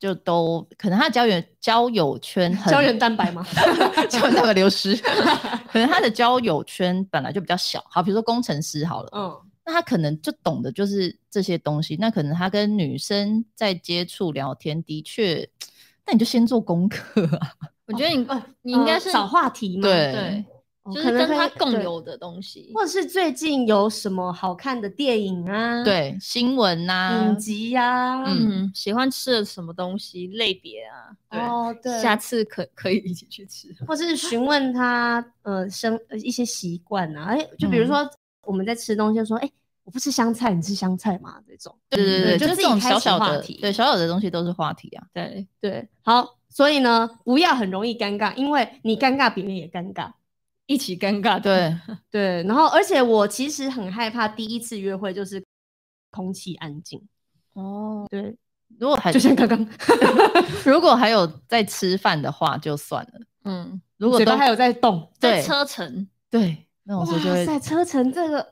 Speaker 1: 就都可能他的交友交友圈很
Speaker 2: 胶原蛋白吗？
Speaker 1: 交友蛋白流失，可能他的交友圈本来就比较小，好，比如说工程师好了，
Speaker 2: 嗯，
Speaker 1: 那他可能就懂得就是这些东西，那可能他跟女生在接触聊天的确，那你就先做功课啊，
Speaker 3: 我觉得你、
Speaker 2: 呃
Speaker 3: 你应该是、
Speaker 2: 呃找话题嘛，
Speaker 1: 对
Speaker 3: 嗯对，
Speaker 2: 哦
Speaker 3: 就
Speaker 2: 可
Speaker 3: 是
Speaker 2: 能
Speaker 3: 跟
Speaker 2: 可以
Speaker 3: 他共
Speaker 2: 对
Speaker 3: 有的东西，
Speaker 2: 或者是最近有什么好看的电影啊？。
Speaker 1: 对，新闻呐、
Speaker 2: 影集呀、啊，
Speaker 1: 嗯
Speaker 3: 嗯，喜欢吃的什么东西类别啊，对
Speaker 2: 哦，对，
Speaker 3: 下次可可以一起去吃。
Speaker 2: 或是询问他呃生呃一些习惯啊，哎，就比如
Speaker 1: 嗯
Speaker 2: 说我们在吃东西，就说哎、我不吃香菜，你吃香菜吗？这种，
Speaker 1: 对对对，
Speaker 2: 就
Speaker 1: 就
Speaker 2: 自
Speaker 1: 是这
Speaker 2: 己
Speaker 1: 种
Speaker 2: 开
Speaker 1: 小
Speaker 2: 启
Speaker 1: 小
Speaker 2: 话
Speaker 1: 的，
Speaker 2: 题
Speaker 1: 对小小的东西都是话题啊。
Speaker 3: 对，
Speaker 2: 对，好，所以呢，不要很容易尴尬，因为你尴尬，别人也尴尬。
Speaker 3: 一起尴尬。
Speaker 1: 对，
Speaker 2: 对，然后而且我其实很害怕第一次约会就是空气安静，
Speaker 3: 哦，
Speaker 2: 对，
Speaker 1: 如果还
Speaker 2: 就像刚刚，
Speaker 1: 如果还有在吃饭的话就算了，
Speaker 3: 嗯，
Speaker 1: 如 果
Speaker 2: 嘴
Speaker 1: 都
Speaker 2: 巴还有在动，
Speaker 3: 在
Speaker 1: 对
Speaker 3: 车程，
Speaker 1: 对那种
Speaker 2: 哇
Speaker 1: 时候就会，
Speaker 2: 塞，车程这个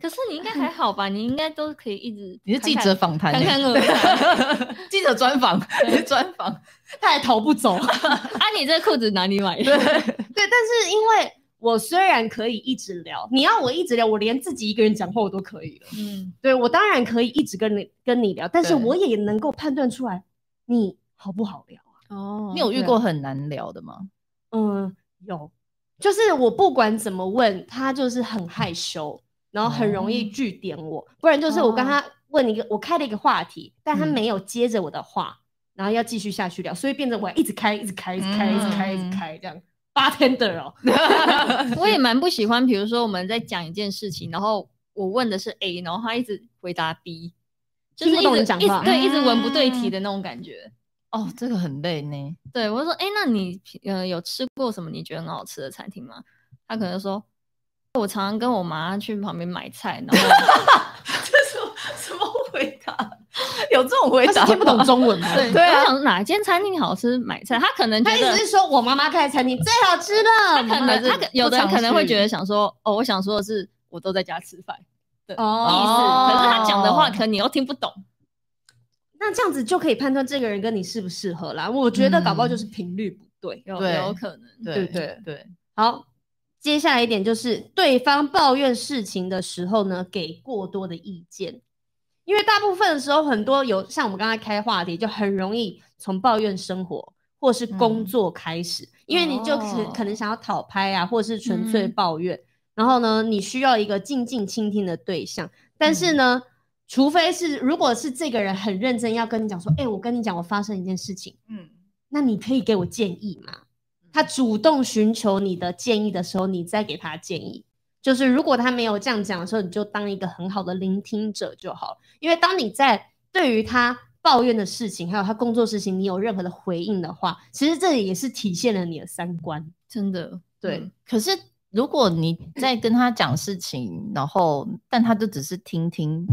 Speaker 3: 可是你应该还好 吧？你应该都可以一直。
Speaker 1: 你是记者访谈
Speaker 3: 看看
Speaker 1: 欸，
Speaker 3: 看看
Speaker 1: 记者专访，你是 专访，
Speaker 2: 他还逃不走。
Speaker 3: 啊，你这裤子哪里买
Speaker 1: 对
Speaker 2: 对，
Speaker 3: 的？
Speaker 2: 但是因为我虽然可以一直聊，你要我一直聊，我连自己一个人讲话我都可以了。
Speaker 3: 嗯，
Speaker 2: 对我当然可以一直跟你跟你聊，但是
Speaker 1: 对
Speaker 2: 我也能够判断出来你好不好聊啊。
Speaker 3: 哦
Speaker 1: 你有遇
Speaker 2: 对啊
Speaker 1: 过很难聊的吗？
Speaker 2: 嗯，有，就是我不管怎么问他，就是很害羞，然后很容易
Speaker 3: 哦
Speaker 2: 据点我，不然就是我跟他问一个，我开了一个话题，但他
Speaker 1: 哦嗯
Speaker 2: 没有接着我的话，然后要继续下去聊，所以变成我要一直开，一直开，一直开，一直开，一
Speaker 1: 嗯
Speaker 2: 直开这样。bartender 哦，
Speaker 3: 我也蛮不喜欢，比如说我们在讲一件事情，然后我问的是 A，然后他一直回答 B，就是
Speaker 2: 听不懂
Speaker 3: 一直
Speaker 2: 你讲
Speaker 3: 一直
Speaker 2: 话
Speaker 3: 对，一直文不对题
Speaker 1: 嗯
Speaker 3: 的那种感觉。
Speaker 1: 哦，这个很累呢。
Speaker 3: 对我就说，哎，那你呃有吃过什么你觉得很好吃的餐厅吗？他可能说，我常常跟我妈去旁边买菜，然 后。
Speaker 1: 什么回答？有这种回
Speaker 2: 他是听不懂中文吗？
Speaker 3: 对，
Speaker 1: 对啊
Speaker 3: 我想哪间餐厅好吃买菜，他可能觉
Speaker 2: 他意
Speaker 3: 得
Speaker 2: 思是说我妈妈开的餐厅最好吃了，
Speaker 3: 可能他可有的人
Speaker 1: 不常
Speaker 3: 可能会
Speaker 1: 去
Speaker 3: 觉得想说，哦，我想说的是我都在家吃饭的意思，
Speaker 2: 哦
Speaker 3: 可是他讲的话
Speaker 1: 哦
Speaker 3: 可能你又听不懂，
Speaker 2: 那这样子就可以判断这个人跟你适不适合啦。我觉得搞不好就是频率不对。
Speaker 3: 有
Speaker 1: 对
Speaker 3: 有可能，
Speaker 1: 对
Speaker 2: 对
Speaker 1: 对，
Speaker 2: 好，接下来一点就是对方抱怨事情的时候呢，给过多的意见，因为大部分的时候很多有像我们刚才开话题，就很容易从抱怨生活或是工作开始，因为你就可
Speaker 3: 嗯哦
Speaker 2: 可能想要讨拍啊，或是纯粹
Speaker 3: 嗯
Speaker 2: 抱怨。然后呢，你需要一个静静倾听的对象，但是
Speaker 3: 嗯
Speaker 2: 呢。除非是，如果是这个人很认真要跟你讲说，哎、我跟你讲，我发生一件事情，
Speaker 1: 嗯，
Speaker 2: 那你可以给我建议吗？他主动寻求你的建议的时候，你再给他建议。就是如果他没有这样讲的时候，你就当一个很好的聆听者就好了。因为当你在对于他抱怨的事情，还有他工作事情，你有任何的回应的话，其实这也是体现了你的三观。
Speaker 3: 真的
Speaker 2: 对，
Speaker 3: 嗯
Speaker 1: 可是如果你在跟他讲事情，然后但他就只是听听，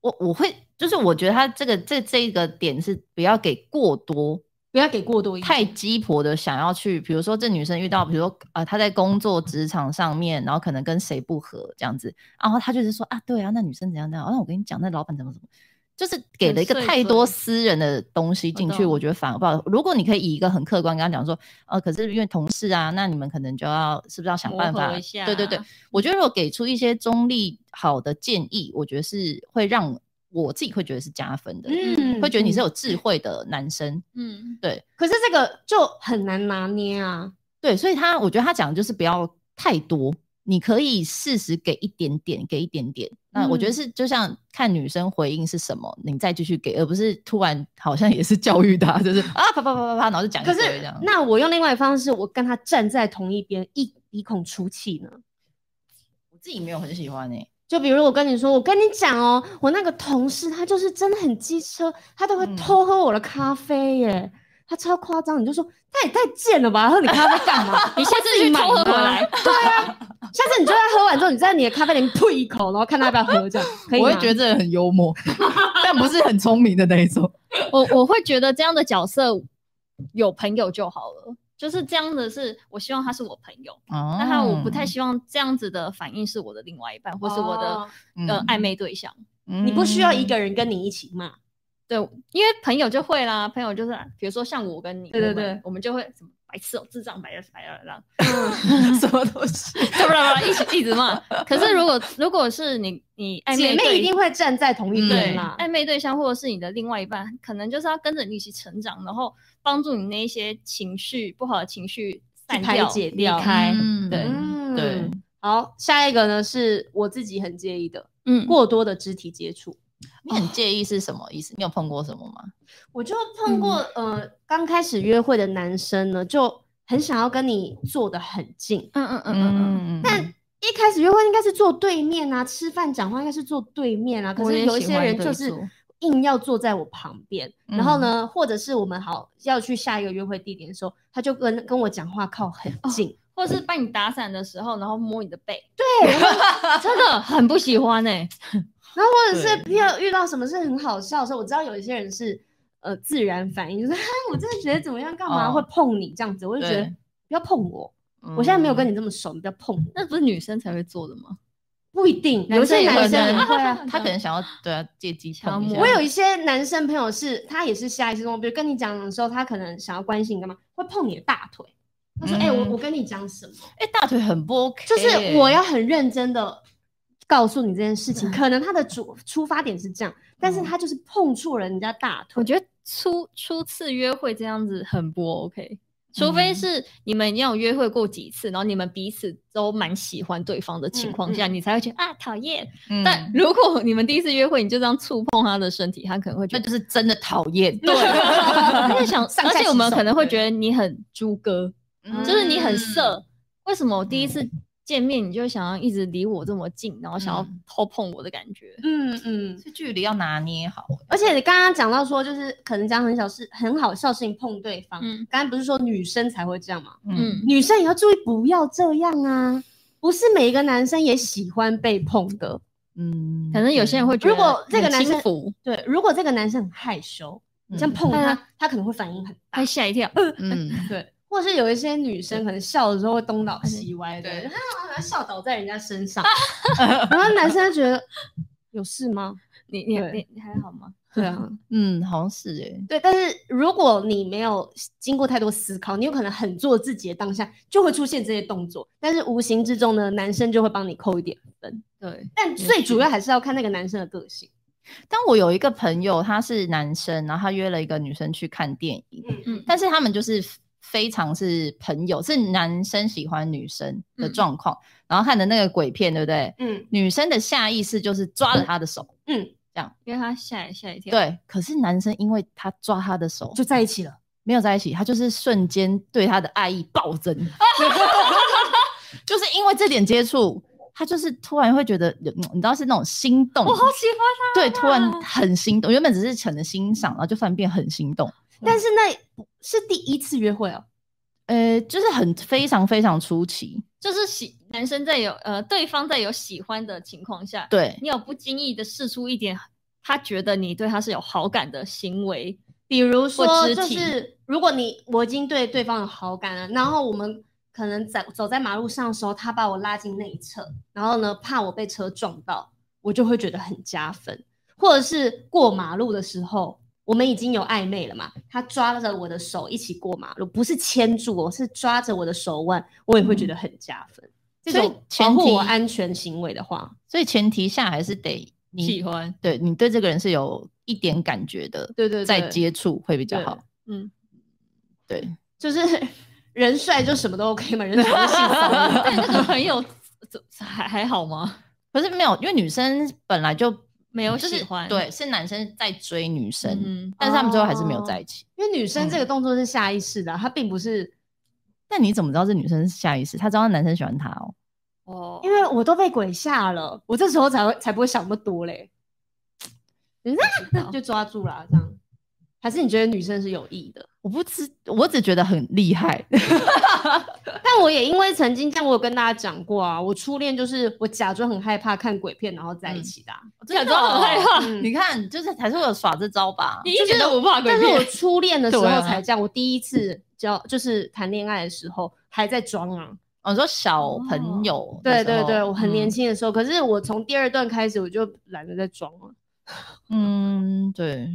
Speaker 1: 我我会就是我觉得他这个这这个点是不要给过多
Speaker 2: 不要给过多意见
Speaker 1: 太鸡婆的想要去，比如说这女生遇到，比如说呃她在工作职场上面，然后可能跟谁不合这样子，然后她就是说啊对啊，那女生怎样怎样，啊那我跟你讲，那老板怎么怎么，就是给了一个
Speaker 3: 很碎
Speaker 1: 太多
Speaker 3: 碎
Speaker 1: 私人的东西进去，
Speaker 3: 懂
Speaker 1: 我觉得反而不好。如果你可以以一个很客观跟他讲说，呃，可是因为同事啊，那你们可能就要是不是要想
Speaker 3: 磨
Speaker 1: 办
Speaker 3: 合
Speaker 1: 法
Speaker 3: 一？下嗯
Speaker 1: 对对对，我觉得如果给出一些中立好的建议，我觉得是会让我自己会觉得是加分的，
Speaker 2: 嗯，
Speaker 1: 会觉得你是有智慧的男生。
Speaker 3: 嗯，
Speaker 2: 可是这个就很难拿捏啊。
Speaker 1: 对，所以他我觉得他讲的就是不要太多，你可以适时给一点点，给一点点。那我觉
Speaker 2: 嗯
Speaker 1: 得是就像看女生回应是什么，你再继续给，而不是突然好像也是教育她，就是啊啪啪啪啪啪，然后就讲一
Speaker 2: 可
Speaker 1: 堆
Speaker 2: 是
Speaker 1: 这样。
Speaker 2: 那我用另外一方式，我跟他站在同一边，一鼻孔出气呢？
Speaker 1: 我自己没有很喜欢诶、欸
Speaker 2: 就比如我跟你说，我跟你讲哦，我那个同事他就是真的很机车，他都会
Speaker 1: 嗯
Speaker 2: 偷喝我的咖啡耶，他超夸张。你就说他也太贱了吧，喝你咖啡干 嘛？你下次
Speaker 3: 去
Speaker 2: 你买
Speaker 3: 偷喝回
Speaker 2: 吗
Speaker 3: 来，
Speaker 2: 对啊，下次你就在喝完之后，你在你的咖啡里面吐一口，然后看他要不要喝，这 样可以
Speaker 1: 我
Speaker 2: 吗？
Speaker 1: 会觉得这个人很 幽默，但不是很聪明的那一种。
Speaker 3: 我我会觉得这样的角色有朋友就好了，就是这样的是，我希望他是我朋友，
Speaker 1: 哦
Speaker 3: 但他我不太希望这样子的反应是我的另外一半，或是我的、
Speaker 2: 哦
Speaker 3: 呃暧昧对象。
Speaker 1: 嗯
Speaker 2: 你不需要一个人跟你一起骂，
Speaker 3: 对，因为朋友就会啦，朋友就是比如说像我跟你，
Speaker 2: 对对
Speaker 3: 我们
Speaker 2: 对
Speaker 3: 我们就会什么白痴哦，智障，白痴白痴白痴，
Speaker 1: 什么东 西。
Speaker 3: 对不啦一起一 直骂。可是如果如果是你你暧
Speaker 2: 姐
Speaker 3: 昧
Speaker 2: 妹
Speaker 3: 对
Speaker 2: 一定会站在同一
Speaker 3: 哎对哎
Speaker 2: 边啦。
Speaker 3: 暧昧对象或者是你的另外一半，可能就是要跟着你一起成长，然后帮助你那一些情绪不好的情绪散
Speaker 2: 排
Speaker 3: 掉、
Speaker 2: 解
Speaker 3: 离
Speaker 2: 掉
Speaker 3: 开。
Speaker 1: 嗯
Speaker 3: 对，
Speaker 2: 嗯
Speaker 1: 对，
Speaker 2: 好，下一个呢是我自己很介意的
Speaker 3: 嗯，
Speaker 2: 过多的肢体接触。
Speaker 1: 你很介意是什么意思？你有碰过什么吗？
Speaker 2: 我就碰过、呃，刚开始约会的男生呢，就很想要跟你坐得很近。
Speaker 3: 嗯嗯嗯嗯嗯，
Speaker 1: 但
Speaker 2: 一开始约会应该是坐对面啊，吃饭讲话应该是坐对面啊，可
Speaker 3: 我
Speaker 2: 是
Speaker 3: 也
Speaker 2: 有一
Speaker 3: 喜
Speaker 2: 些
Speaker 3: 欢
Speaker 2: 人
Speaker 3: 对
Speaker 2: 就是
Speaker 3: 坐
Speaker 2: 硬要坐在我旁边，然后呢，或者是我们好要去下一个约会地点的时候，他就跟跟我讲话靠很近，
Speaker 3: 或者是帮你打伞的时候，然后摸你的背，
Speaker 2: 对，然后
Speaker 3: 真的很不喜欢哎、
Speaker 2: 然后或者是
Speaker 1: 对
Speaker 2: 要遇到什么事很好笑的时候，我知道有一些人是呃自然反应，就是 哈，我真的觉得怎么样，干嘛、
Speaker 1: 哦
Speaker 2: 会碰你这样子，我就觉得
Speaker 1: 对
Speaker 2: 不要碰我，
Speaker 1: 嗯
Speaker 2: 我现在没有跟你这么熟，你不要碰我。
Speaker 3: 那不是女生才会做的吗？
Speaker 2: 不一定，有
Speaker 3: 男
Speaker 2: 一些
Speaker 3: 生也
Speaker 2: 男
Speaker 3: 会
Speaker 2: 生也
Speaker 1: 呢
Speaker 2: 会啊。
Speaker 1: 他可能想要对啊借机
Speaker 3: 想
Speaker 1: 碰一
Speaker 3: 要
Speaker 1: 下。
Speaker 3: 摸
Speaker 2: 我有一些男生朋友是，他也是下意识中，比如跟你讲的时候，他可能想要关心你干嘛，会碰你的大腿。他说：“
Speaker 1: 嗯
Speaker 2: 哎、我我跟你讲什么？
Speaker 1: 哎、大腿很不 OK，
Speaker 2: 就是我要很认真的告诉你这件事情。可能他的主出发点是这样，但是他就是碰触了人家大腿。
Speaker 3: 我觉得初初次约会这样子很不 OK，除非
Speaker 1: 嗯
Speaker 3: 是你们要有约会过几次，然后你们彼此都蛮喜欢对方的情况下，你才会觉得啊讨厌。
Speaker 1: 嗯，
Speaker 3: 但如果你们第一次约会，你就这样触碰他的身体，他可能会觉
Speaker 1: 那
Speaker 3: 得
Speaker 1: 就是真的讨厌。 对，
Speaker 3: 他在想，
Speaker 1: 上
Speaker 3: 而
Speaker 1: 下
Speaker 3: 且我
Speaker 1: 其
Speaker 3: 们
Speaker 1: 手
Speaker 3: 可能会
Speaker 1: 对
Speaker 3: 觉得你很猪哥，
Speaker 2: 嗯
Speaker 3: 就是你很色。为什么我第一次见面你就想要一直离我这么近，然后想要
Speaker 1: 嗯
Speaker 3: 偷碰我的感觉？
Speaker 2: 嗯嗯，
Speaker 1: 这距离要拿捏好。
Speaker 2: 而且你刚刚讲到说，就是可能讲很小事、很好笑的事情碰对方。
Speaker 3: 嗯
Speaker 2: 刚刚不是说女生才会这样吗？
Speaker 1: 嗯，
Speaker 3: 嗯，
Speaker 2: 女生也要注意不要这样啊！不是每一个男生也喜欢被碰的。
Speaker 1: 嗯，
Speaker 3: 可能有些人会觉得
Speaker 2: 如果这个
Speaker 3: 很
Speaker 2: 男
Speaker 3: 轻
Speaker 2: 生
Speaker 3: 浮
Speaker 2: 对，如果这个男生很害羞，你这样碰
Speaker 3: 对
Speaker 2: 他，
Speaker 3: 啊
Speaker 2: 他可能会反应很
Speaker 3: 会吓一跳，
Speaker 1: 嗯，
Speaker 2: 哎对，或者是有一些女生可能笑的时候会东倒西歪的，
Speaker 1: 对
Speaker 2: 然后 笑倒在人家身上， 然后男生就觉得有事吗？
Speaker 3: 你你
Speaker 2: 对
Speaker 3: 你你还好吗？
Speaker 2: 对啊，
Speaker 1: 嗯，好像是哎、
Speaker 2: 对，但是如果你没有经过太多思考，你有可能很做自己的当下，就会出现这些动作，但是无形之中呢，男生就会帮你扣一点分。
Speaker 3: 对，
Speaker 2: 但最主要还是要看那个男生的个性。
Speaker 1: 但我有一个朋友，他是男生，然后他约了一个女生去看电影，
Speaker 3: 嗯
Speaker 1: 但是他们就是非常是朋友，是男生喜欢女生的
Speaker 3: 嗯
Speaker 1: 状况，然后看的那个鬼片，对不对？
Speaker 2: 嗯，
Speaker 1: 女生的下意识就是抓了他的手，
Speaker 3: 因为他吓一吓一跳，，
Speaker 1: 对。可是男生因为他抓他的手，
Speaker 2: 就在一起了。
Speaker 1: 没有在一起，他就是瞬间对他的爱意暴 增，就是因为这点接触，他就是突然会觉得有，你知道是那种心动
Speaker 3: 我，好喜欢他，
Speaker 1: 对，突然
Speaker 2: 哦
Speaker 1: 很心动，原本只是可能欣赏，然后就突然变很心动，
Speaker 2: 但是那不是第一次约会哦，
Speaker 1: 呃，就是很非常非常出奇，
Speaker 3: 就是喜男生在有呃对方在有喜欢的情况下，
Speaker 1: 对，
Speaker 3: 你有不经意的试出一点他觉得你对他是有好感的行为，
Speaker 2: 比如
Speaker 3: 或
Speaker 2: 说
Speaker 3: 肢
Speaker 2: 就
Speaker 3: 体
Speaker 2: 是如果你我已经对对方有好感了，然后我们可能在走在马路上的时候，他把我拉进内侧，然后呢怕我被车撞到，我就会觉得很加分。或者是过马路的时候，我们已经有暧昧了嘛，他抓着我的手一起过马路，不是牵住我，是抓着我的手腕，我也会觉得很加分。这
Speaker 1: 所以
Speaker 2: 种
Speaker 1: 前
Speaker 2: 保护
Speaker 1: 提
Speaker 2: 我安全行为的话，
Speaker 1: 所以前提下还是得
Speaker 3: 喜
Speaker 1: 你
Speaker 3: 欢，
Speaker 1: 对你对这个人是有一点感觉的，
Speaker 3: 对对
Speaker 1: 再 接触会比较
Speaker 2: 对
Speaker 1: 好。
Speaker 3: 嗯，
Speaker 1: 对，
Speaker 2: 就是 人帅就什么都 OK 嘛， 人帅就性骚
Speaker 3: 但那个朋友 怎还还好吗？
Speaker 1: 可是没有，因为女生本来就
Speaker 3: 没有
Speaker 1: 就是
Speaker 3: 喜欢，
Speaker 1: 对，是男生在追女生，
Speaker 3: 嗯，
Speaker 1: 但是他们最后还是没有在一起。
Speaker 2: 因为女生这
Speaker 1: 嗯
Speaker 2: 个动作是下意识的，她并不是
Speaker 1: 那你怎么知道这女生是下意识？她知道男生喜欢她哦。
Speaker 3: 哦，
Speaker 2: 因为我都被鬼吓了，我这时候才会才不会想那么多嘞，
Speaker 3: 为
Speaker 2: 就抓住了这样。还是你觉得女生是有意的？
Speaker 1: 我不知，我只觉得很厉 害。
Speaker 2: 但我也因为曾经，但我有跟大家讲过啊，我初恋就是我假装很害怕看鬼片，然后在一起的啊、
Speaker 3: 假
Speaker 1: 哦
Speaker 3: 装很害怕，
Speaker 2: 嗯
Speaker 1: 你看，就是还是会有耍这招吧
Speaker 3: 你。一点都不怕鬼
Speaker 2: 但是我
Speaker 3: 片，
Speaker 2: 初恋的时候
Speaker 1: 对啊
Speaker 2: 才这样，我第一次交就是谈恋爱的时候还在装啊。
Speaker 1: 我哦说小朋友
Speaker 2: 对
Speaker 1: 的时候，
Speaker 2: 对对，我很年
Speaker 1: 嗯。
Speaker 2: 轻的时候，可是我从第二段开始我就懒得再装了。
Speaker 1: 嗯，对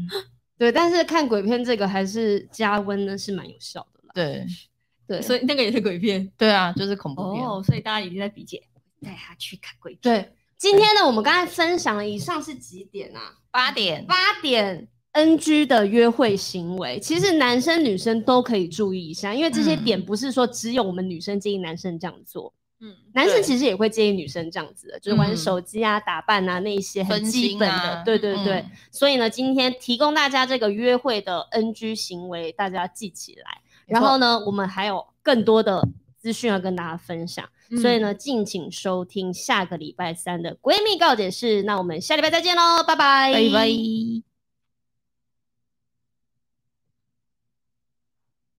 Speaker 2: 对，但是看鬼片这个还是加温呢，是蛮有效的啦。
Speaker 1: 对
Speaker 2: 对，
Speaker 3: 所以那个也是鬼片
Speaker 1: 对啊，就是恐怖片。
Speaker 3: 哦，所以大家一定在比解，带他去看鬼片，
Speaker 2: 对，今天呢，我们刚才分享了以上是几点啊？
Speaker 1: 八点，
Speaker 2: 八点 NG 的约会行为，其实男生女生都可以注意一下，因为这些点不是说只有我们女生建议男生这样做，
Speaker 3: 嗯，
Speaker 2: 男生
Speaker 1: 对嗯
Speaker 2: 其实也会建议女生这样子的，就是玩手机啊、打扮啊那一些很
Speaker 1: 分
Speaker 2: 基
Speaker 1: 心
Speaker 2: 本的。
Speaker 1: 啊
Speaker 2: 对对对，
Speaker 1: 嗯
Speaker 2: 所以呢，今天提供大家这个约会的 NG 行为，大家记起来。
Speaker 1: 没
Speaker 2: 然
Speaker 1: 错
Speaker 2: 后呢，我们还有更多的资讯要跟大家分享，
Speaker 3: 嗯
Speaker 2: 所以呢，敬请收听下个礼拜三的《闺蜜告解室》。那我们下礼拜再见喽，拜拜，
Speaker 1: 拜拜。